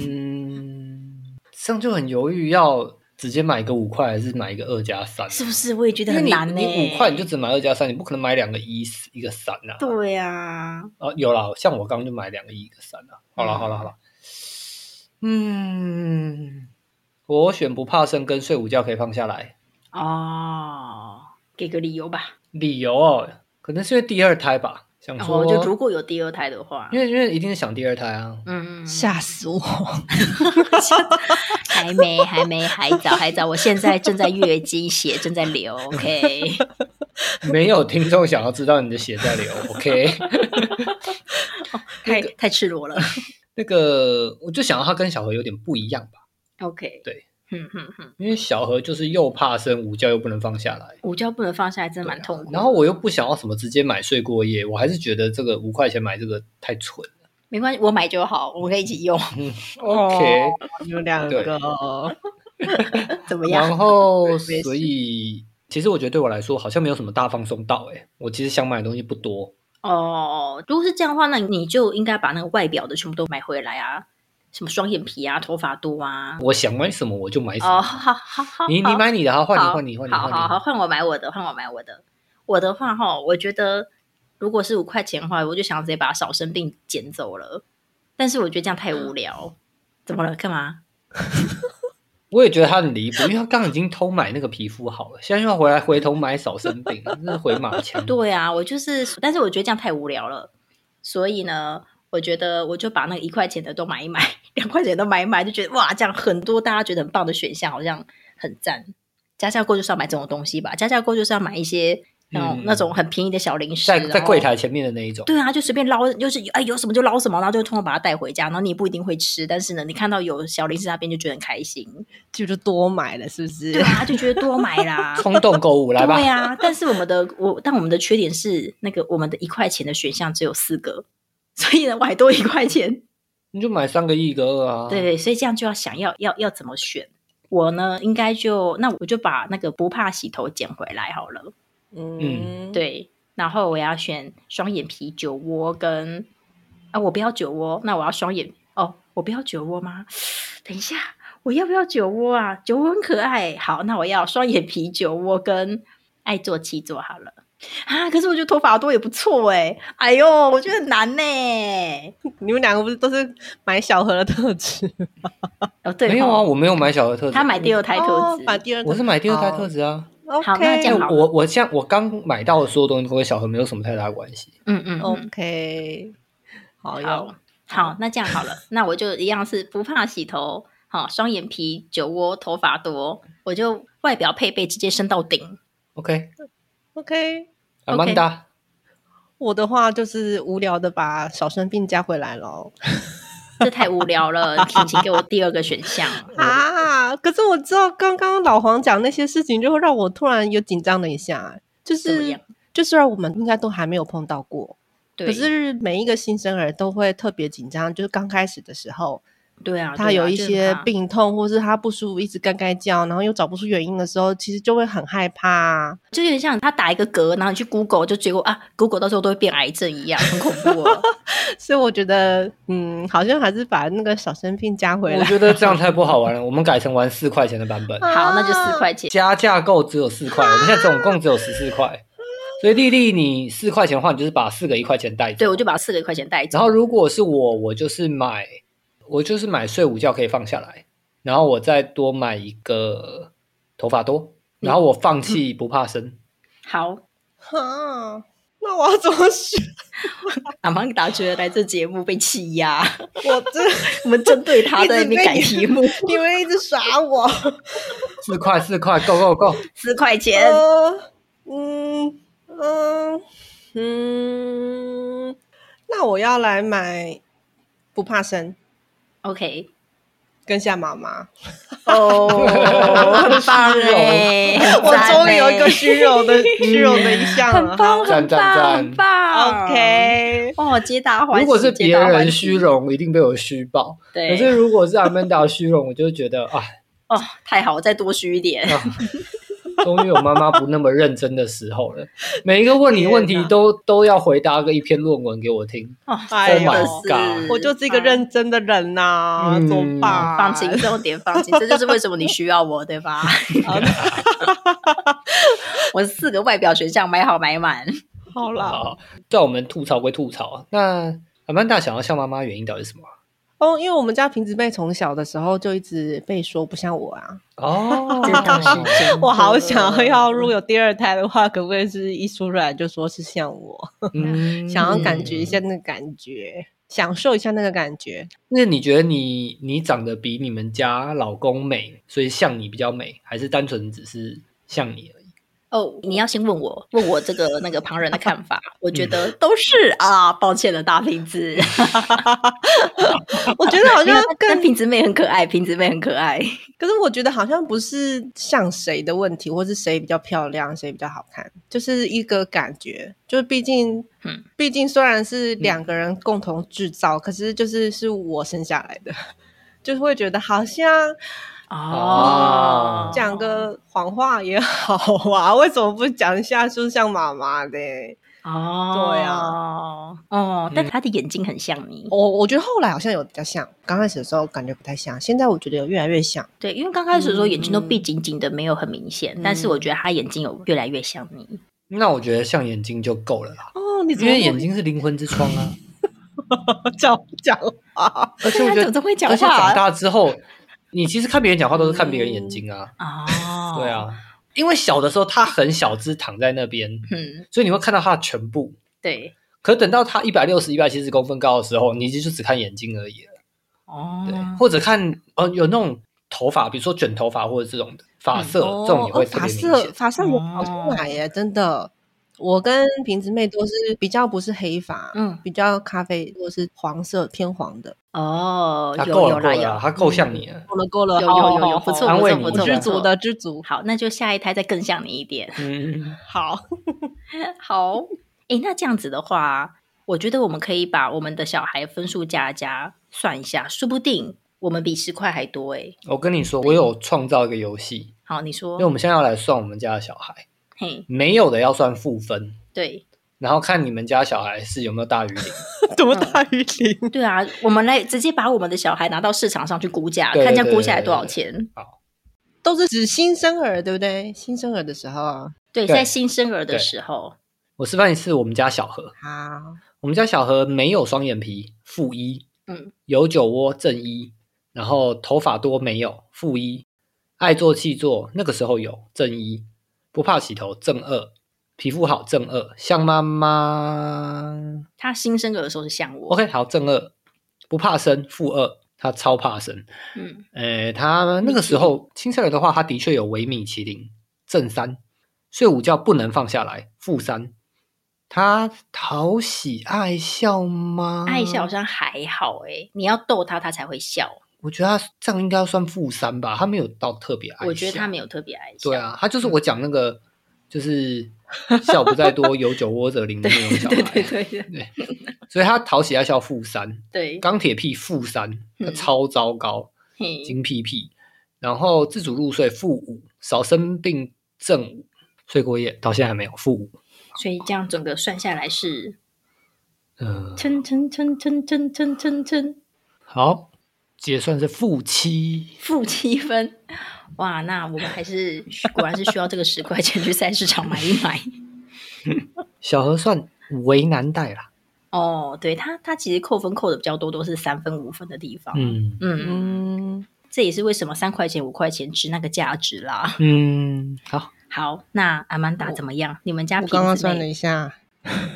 Speaker 2: 嗯，这样就很犹豫，要直接买一个五块，还是买一个二加三？啊
Speaker 1: 是不是？我也觉得
Speaker 2: 因为
Speaker 1: 很
Speaker 2: 你
Speaker 1: 难呢、欸
Speaker 2: 你五块你就只买二加三，你不可能买两个一一个三啊。
Speaker 1: 对呀、
Speaker 2: 啊，有啦，像我刚刚就买两个一一个三啊。好了，好了，好了。嗯，我选不怕生跟睡午觉可以放下来，
Speaker 1: 哦，给个理由吧。
Speaker 2: 理由哦，可能是因为第二胎吧，想
Speaker 1: 然
Speaker 2: 说，
Speaker 1: 哦后就如果有第二胎的话，
Speaker 2: 因为因为一定是想第二胎啊。
Speaker 1: 嗯，
Speaker 3: 吓死我！
Speaker 1: 还没，还没，还早，还早。我现在正在月经，血正在 流。OK，
Speaker 2: 没有听众想要知道你的血在流，OK？
Speaker 1: 太太赤裸了。
Speaker 2: 那个我就想要它跟小何有点不一样吧。
Speaker 1: OK，
Speaker 2: 对，
Speaker 1: 嗯哼哼，
Speaker 2: 因为小何就是又怕生，午觉又不能放下来，啊
Speaker 1: 午觉不能放下来，真的蛮痛苦的。
Speaker 2: 然后我又不想要什么直接买睡过夜，我还是觉得这个五块钱买这个太蠢了。
Speaker 1: 没关系，我买就好，我们可以一起 用，
Speaker 2: OK，、
Speaker 3: 哦你们两
Speaker 2: 对
Speaker 3: 个
Speaker 1: 怎么样？
Speaker 2: 然后所以其实我觉得对我来说好像没有什么大放松到、欸，我其实想买的东西不多。
Speaker 1: 哦，如果是这样的话，那你就应该把那个外表的全部都买回来啊，什么双眼皮啊、头发多啊。
Speaker 2: 我想买什么我就买什么。
Speaker 1: 哦，好好好，
Speaker 2: 你你
Speaker 1: 好
Speaker 2: 买你的，好换你
Speaker 1: 好
Speaker 2: 换你换你
Speaker 1: 好好好，
Speaker 2: 换
Speaker 1: 换我买我的，换我买我的。我的话哈，我觉得如果是五块钱的话，我就想直接把少生病捡走了。但是我觉得这样太无聊。怎么了？干嘛？
Speaker 2: 你。我也觉得他很离谱，因为他刚刚已经偷买那个皮肤好了，现在又要回来回头买少生病，那是回马枪。
Speaker 1: 对啊，我就是，但是我觉得这样太无聊了。所以呢，我觉得我就把那个一块钱的都买一买，两块钱都买一买，就觉得哇，这样很多大家觉得很棒的选项，好像很赞。加价购就是要买这种东西吧，加价购就是要买一些那种、
Speaker 2: 嗯
Speaker 1: 那种很便宜的小零食，
Speaker 2: 在在
Speaker 1: 然后
Speaker 2: 柜台前面的那一种。。
Speaker 1: 哦对啊，就随便捞，就是哎有什么就捞什么，然后就通通把它带回家，然后你也不一定会吃，但是呢，你看到有小零食那边就觉得很开心，
Speaker 3: 就就多买了，是不是
Speaker 1: 对？啊，就觉得多买啦
Speaker 2: 冲动购物来吧
Speaker 1: 对，啊，但是我们的我，但我们的缺点是那个我们的一块钱的选项只有四个，所以呢，我还多一块钱。
Speaker 2: 你就买三个一个二啊。
Speaker 1: 对对，所以这样就要想要要要怎么选。我呢，应该就那我就把那个不怕洗头捡回来好了。
Speaker 2: 嗯，
Speaker 1: 对，然后我要选双眼皮酒窝跟啊，我不要酒窝，那我要双眼哦，我不要酒窝吗？ 等一下，我要不要酒窝啊？酒窝很可爱。好，那我要双眼皮酒窝跟爱做七做好了。啊，可是我觉得头发多也不错哎。哎呦，我觉得很难呢。欸
Speaker 3: 你们两个不是都是买小盒的特质？
Speaker 1: 哦，对，
Speaker 2: 没有啊，，我没有买小的特质，
Speaker 1: 他买第二哦台特
Speaker 3: 哦
Speaker 1: 质，
Speaker 3: 把第二
Speaker 2: 我是买第二台特质啊。
Speaker 1: 好那这
Speaker 2: 因
Speaker 1: 样
Speaker 2: 为
Speaker 1: 好
Speaker 2: 我我像我刚买到的所有东西都跟小何没有什么太大关系。
Speaker 1: 嗯嗯嗯，
Speaker 3: OK，好
Speaker 1: 好
Speaker 3: 哟，
Speaker 1: 好，那这样好了，那我就一样是不怕洗头，好，双眼皮、酒窝、头发多，我就外表配备直接升到顶。
Speaker 2: OK，
Speaker 3: OK。
Speaker 2: 阿曼达，
Speaker 3: 我的话就是无聊的把小生病加回来喽
Speaker 1: 这太无聊了，请请给我第二个选项。
Speaker 3: 啊！可是我知道刚刚老黄讲那些事情，就会让我突然有紧张了一下，就
Speaker 1: 怎么
Speaker 3: 是
Speaker 1: 样
Speaker 3: 就虽然我们应该都还没有碰到过，
Speaker 1: 对，
Speaker 3: 可是每一个新生儿都会特别紧张，就是刚开始的时候，
Speaker 1: 对啊，
Speaker 3: 他
Speaker 1: 对啊
Speaker 3: 有一
Speaker 1: 就很
Speaker 3: 些
Speaker 1: 怕
Speaker 3: 病痛，或是他不舒服一直干干叫，然后又找不出原因的时候，其实就会很害怕啊。
Speaker 1: 就有点像他打一个嗝，然后你去 Google 就结果啊，Google 到时候都会变癌症一样，很恐怖 哦。
Speaker 3: 所以我觉得，嗯，好像还是把那个小生病加回
Speaker 2: 我
Speaker 3: 来。
Speaker 2: 觉得这样太不好玩了，我们改成玩四块钱的版本，
Speaker 1: 好，那就四块钱。
Speaker 2: 加价购只有四块，我们现在总共只有十四块。所以丽丽，你四块钱的话，你就是把四个一块钱带走。
Speaker 1: 对，我就把四个一块钱带走。
Speaker 2: 然后如果是我，我就是买，我就是买睡午觉可以放下来，然后我再多买一个头发多，
Speaker 1: 嗯
Speaker 2: 然后我放弃不怕生。
Speaker 1: 好，
Speaker 3: 哈， 那我要怎么选？
Speaker 1: 阿曼达觉得来这节目被欺压，
Speaker 3: 我这
Speaker 1: 我们针对他在那边改
Speaker 3: 一直被
Speaker 1: 题目，
Speaker 3: 你们一直耍 我。
Speaker 2: 四块四块，go go go！
Speaker 1: 四块钱。
Speaker 3: 呃嗯嗯嗯，那我要来买不怕生
Speaker 1: OK，
Speaker 3: 跟下妈妈。
Speaker 1: 哦， 很棒哎，很
Speaker 3: 我
Speaker 1: 赞
Speaker 3: 终于有一个
Speaker 1: 哎
Speaker 3: 虚荣的虚荣的一 项了
Speaker 1: 很。棒，
Speaker 2: 赞
Speaker 1: 很
Speaker 2: 赞
Speaker 1: 棒，
Speaker 2: 赞
Speaker 1: 很棒。
Speaker 3: OK，
Speaker 1: 哦，皆大欢喜。
Speaker 2: 如果是别
Speaker 1: 皆大欢
Speaker 2: 人
Speaker 1: 喜
Speaker 2: 虚，荣，一定被我虚爆。可是
Speaker 1: 对，
Speaker 2: 如果是阿曼达虚荣，我就觉得啊，
Speaker 1: 哦，太好，我再多虚一 点。
Speaker 2: 终于有妈妈不那么认真的时候了。每一个问你问题
Speaker 3: 天哪
Speaker 2: 都都要回答个一篇论文给我听。
Speaker 1: 哦，
Speaker 3: 哎
Speaker 1: 真的
Speaker 3: 呦
Speaker 1: 是，
Speaker 3: 我就是一个认真的人呐、
Speaker 2: 嗯
Speaker 3: 怎么办？
Speaker 1: 放轻 松点，放轻，这就是为什么你需要我，对吧？
Speaker 3: 好的，
Speaker 1: 我四个外表选项买好买满。
Speaker 3: 好啦。
Speaker 2: 好，在我们吐槽归吐槽啊，那阿曼达想要像妈妈的原因到底是什么啊？
Speaker 3: 哦，因为我们家瓶子妹从小的时候就一直被说不像我啊，
Speaker 2: 哦，
Speaker 1: 这倒是真的
Speaker 3: 我好想要，如果有第二胎的话，可不可以是一说出来就说是像我，
Speaker 2: 嗯
Speaker 3: 想要感觉一下。那个感觉，享受一下那个感觉。
Speaker 2: 那你觉得你你长得比你们家老公美，所以像你比较美，还是单纯只是像你而已？
Speaker 1: 哦，你要先问我，问我这个那个旁人的看法，我觉得都是啊，抱歉了，大瓶子，
Speaker 3: 我觉得好
Speaker 1: 哦没有
Speaker 3: 像
Speaker 1: 但
Speaker 3: 更，
Speaker 1: 瓶子妹很可爱，瓶子妹很可爱，
Speaker 3: 可是我觉得好像不是像谁的问题，或是谁比较漂亮，谁比较好看，就是一个感觉。就是毕竟
Speaker 1: 嗯，
Speaker 3: 毕竟虽然是两个人共同制造，可是就是是我生下来的，就是会觉得好像
Speaker 2: 哦
Speaker 3: 讲个谎话也好啊， 为什么不讲一下就像妈妈的？
Speaker 1: 哦，
Speaker 3: 对
Speaker 1: 啊，哦，但他的眼睛很像你，
Speaker 3: 我我觉得后来好像有比较像，刚开始的时候感觉不太像，现在我觉得有越来越像。
Speaker 1: 对，因为刚开始的时候
Speaker 3: 嗯
Speaker 1: 眼睛都闭紧紧的，没有很明显，但是我觉得他眼睛有越来越像你，
Speaker 2: 那我觉得像眼睛就够了啦，
Speaker 3: 哦，你
Speaker 2: 因为眼睛是灵魂之窗 啊。
Speaker 3: 讲讲话？
Speaker 2: 而且我
Speaker 1: 他
Speaker 2: 觉
Speaker 1: 怎么
Speaker 2: 得，
Speaker 1: 这么会讲
Speaker 2: 而且
Speaker 1: 话啊
Speaker 2: 长大之后，你其实看别人讲话都是看别人眼睛啊，
Speaker 1: 啊？哦
Speaker 2: 对，啊，因为小的时候他很小只躺在那边，
Speaker 1: 嗯，
Speaker 2: 所以你会看到他的全部。
Speaker 1: 对，
Speaker 2: 可等到他一百六十、一百七十公分高的时候，你就只看眼睛而已了。
Speaker 1: 哦
Speaker 2: 对，，或者看呃有那种头发，比如说卷头发或者这种的发
Speaker 1: 嗯
Speaker 2: 色，这种也会
Speaker 3: 哦
Speaker 2: 特
Speaker 3: 发
Speaker 2: 别明
Speaker 3: 色
Speaker 2: 显。哦
Speaker 3: 发色有跑出来耶，真的。我跟瓶子妹都是比较不是黑发，
Speaker 1: 嗯
Speaker 3: 比较咖啡或是黄色偏黄的。
Speaker 1: 哦，
Speaker 2: 他
Speaker 1: 有
Speaker 2: 够
Speaker 1: 有
Speaker 2: 了，够
Speaker 1: 啦有嗯
Speaker 2: 了，，他够像你了。
Speaker 3: 够了够了，
Speaker 1: 有有有有，
Speaker 3: 好
Speaker 1: 哦不错
Speaker 2: 安
Speaker 1: 不
Speaker 2: 慰
Speaker 1: 错
Speaker 2: 你
Speaker 1: 不
Speaker 2: 一
Speaker 1: 错，
Speaker 2: 下
Speaker 3: 知
Speaker 1: 不
Speaker 3: 足
Speaker 1: 错
Speaker 3: 的知足。
Speaker 1: 好，那就下一胎再更像你一点。
Speaker 2: 嗯，
Speaker 3: 好，
Speaker 1: 好，诶，那这样子的话，我觉得我们可以把我们的小孩分数加加算一下，说不定我们比十块还多诶。
Speaker 2: 我跟你说，我有创造一个游戏，
Speaker 1: 好，你
Speaker 2: 因为我
Speaker 1: 说，
Speaker 2: 们现在要来算我们家的小孩，
Speaker 1: 嘿，
Speaker 2: 没有的要算负分，
Speaker 1: 对，
Speaker 2: 然后看你们家小孩是有没有大于零。
Speaker 3: 多 大于零？
Speaker 1: 对啊，我们来直接把我们的小孩拿到市场上去估价，
Speaker 2: 对对
Speaker 1: 看人家
Speaker 2: 对
Speaker 1: 估
Speaker 2: 对
Speaker 1: 下来
Speaker 2: 对
Speaker 1: 多少
Speaker 2: 对
Speaker 1: 钱。
Speaker 3: 都是指新生儿，对不对？新生儿的时候啊，
Speaker 1: 对，
Speaker 2: 对
Speaker 1: 在新生儿的
Speaker 2: 对
Speaker 1: 时候，
Speaker 2: 我示范一次，我们家小何，
Speaker 3: 好，
Speaker 2: 我们家小何没有双眼皮，负一，
Speaker 1: 嗯，
Speaker 2: 有酒窝正一，然后头发多没有，负一，爱做气做，那个时候有正一，不怕洗头正二，皮肤好正二，像妈妈
Speaker 1: 他新生儿的时候是像我，
Speaker 2: ，OK 好正二，不怕生负二，他超怕生，
Speaker 1: 嗯，
Speaker 2: 呃，他那个时候青少年的话，他的确有微米其林正三，睡午觉不能放下来负三，他讨喜爱笑吗？
Speaker 1: 爱笑好像还好诶、你要逗他，他才会笑。
Speaker 2: 我觉得他这样应该要算负三吧，他没有到特别爱笑。
Speaker 1: 我觉得他没有特别爱笑。
Speaker 2: 对，啊，他就是我讲那个，就是笑不 在多，有酒窝则灵的那种小孩。
Speaker 1: 对对对
Speaker 2: 所以他讨喜爱笑负三，
Speaker 1: 对，
Speaker 2: 钢铁屁负三，他
Speaker 1: 嗯
Speaker 2: 超糟糕，
Speaker 1: 嘿
Speaker 2: 金屁屁。然后自主入睡负五，少生病正五，睡过夜到现在还没有负五。
Speaker 1: 所以这样整个算下来是
Speaker 2: 嗯、
Speaker 1: 称称称称称称称称
Speaker 2: 好，结算是负七。
Speaker 1: 负七分。哇，那我们还是果然是需要这个十块钱去菜市场买一买。
Speaker 2: 小何算为难带啦。
Speaker 1: 哦，对他，他其实扣分扣的比较多，都是三分五分的地方。
Speaker 2: 嗯
Speaker 1: 嗯，
Speaker 3: 嗯，
Speaker 1: 这也是为什么三块钱五块钱值那个价值啦。
Speaker 2: 嗯，好。
Speaker 1: 好，那阿曼达怎么样？你们家
Speaker 3: 我
Speaker 1: 瓶
Speaker 3: 刚刚
Speaker 1: 子
Speaker 3: 算了
Speaker 1: 内
Speaker 3: 一下，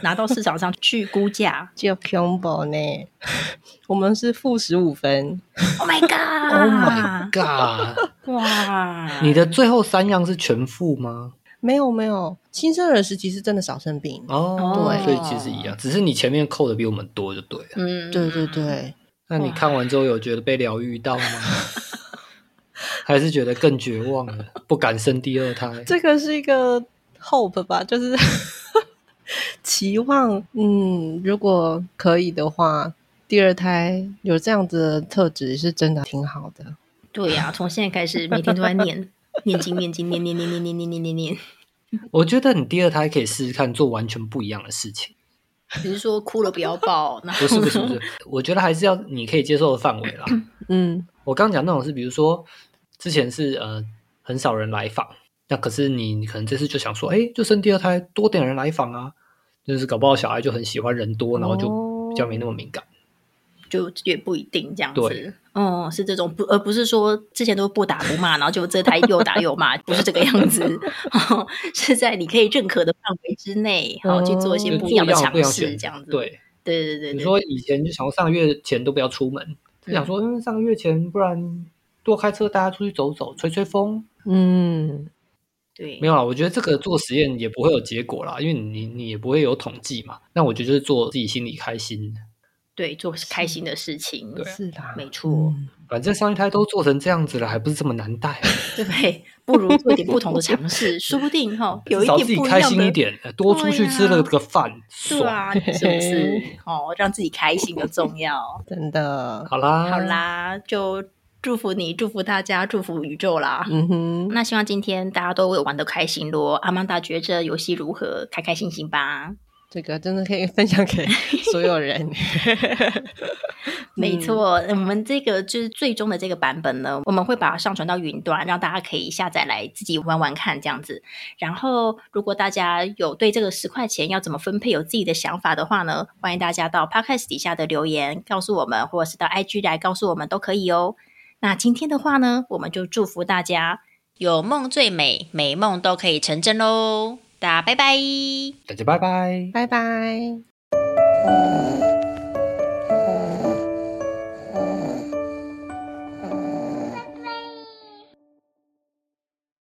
Speaker 1: 拿到市场上去估 价
Speaker 3: 只有 combo 呢， 我们是负十五分，
Speaker 1: ？Oh my god！
Speaker 2: Oh my god！
Speaker 1: 哇，
Speaker 2: 你的最后三样是全负吗？
Speaker 3: 没有没有，新生儿时期是真的少生病，
Speaker 2: 哦
Speaker 1: 对
Speaker 2: 所以其实一样，只是你前面扣的比我们多就对了。
Speaker 1: 嗯，
Speaker 3: 对对对，
Speaker 2: 那你看完之后有觉得被疗愈到吗？还是觉得更绝望了，不敢生第二胎？
Speaker 3: 这个是一个 hope 吧，就是 期望。嗯，如果可以的话，第二胎有这样子的特质是真的挺好的。
Speaker 1: 对呀、从现在开始每天都在念 念经念经念念念念念念念念念，
Speaker 2: 我觉得你第二胎可以试试看做完全不一样的事情。
Speaker 1: 只是说哭了不要抱，然后
Speaker 2: 不是不是 不是，我觉得还是要你可以接受的范围啦。
Speaker 3: 嗯，
Speaker 2: 我刚讲那种是，比如说之前是呃很少人来访，那可是你你可能这次就想说，哎，就生第二胎多点人来访啊，就是搞不好小孩就很喜欢人多，然后就
Speaker 3: 哦
Speaker 2: 比较没那么敏
Speaker 1: 哦
Speaker 2: 感。
Speaker 1: 就也不一定这样子
Speaker 2: 对。
Speaker 1: 哦、是这种不，而不是说之前都不打不骂，然后就这台又打又骂，不是这个样子， 哦、是在你可以认可的范围之内，然、哦、后去做一些
Speaker 2: 就
Speaker 1: 不
Speaker 2: 不
Speaker 1: 一样的
Speaker 2: 的
Speaker 1: 尝
Speaker 2: 不一样
Speaker 1: 试，
Speaker 2: 选
Speaker 1: 这样子。
Speaker 2: 对，
Speaker 1: 对对对
Speaker 2: 比
Speaker 1: 对，
Speaker 2: 如说以前就想要上个月前都不要出门，就想说嗯上个月前不然多开车大家出去走走，吹吹风。
Speaker 3: 嗯，
Speaker 1: 对
Speaker 2: 没有啦，我觉得这
Speaker 1: 嗯
Speaker 2: 个做实验也不会有结果啦，因为你你也不会有统计嘛。那我觉得就是做自己心里开心的。
Speaker 1: 对做开心的事情，
Speaker 2: 对
Speaker 3: 是啦，
Speaker 1: 没错。
Speaker 3: 嗯
Speaker 2: 反正上一胎都做成这样子了，还不是这么难带，啊
Speaker 1: 对不对？不如做一点不同的尝试，说不定哈、 有
Speaker 2: 至
Speaker 1: 一
Speaker 2: 少
Speaker 1: 点
Speaker 2: 自己
Speaker 1: 不一
Speaker 2: 开
Speaker 1: 样
Speaker 2: 心
Speaker 1: 的，啊
Speaker 2: 一点，呃多出去吃了个饭，
Speaker 1: 对
Speaker 2: 爽。
Speaker 1: 啊，是不 是？哦，让自己开心的重要。
Speaker 3: 真的，
Speaker 2: 好啦，
Speaker 1: 好，啦，就祝福你，祝福大家，祝福宇宙啦。
Speaker 3: 嗯哼，
Speaker 1: 那希望今天大家都有玩的开心咯。阿曼达觉得这游戏如何？开开心心吧。
Speaker 3: 这个真的可以分享给所有人。
Speaker 1: 没错，我们这个就是最终的这个版本呢，我们会把它上传到云端，让大家可以下载来自己玩玩看这样子。然后，如果大家有对这个十块钱要怎么分配有自己的想法的话呢，欢迎大家到 Podcast 底下的留言告诉我们，或者是到 IG 来告诉我们都可以哦。那今天的话呢，我们就祝福大家，
Speaker 4: 有梦最美，美梦都可以成真喽！大家拜拜。
Speaker 2: 大家拜拜。
Speaker 3: 拜拜。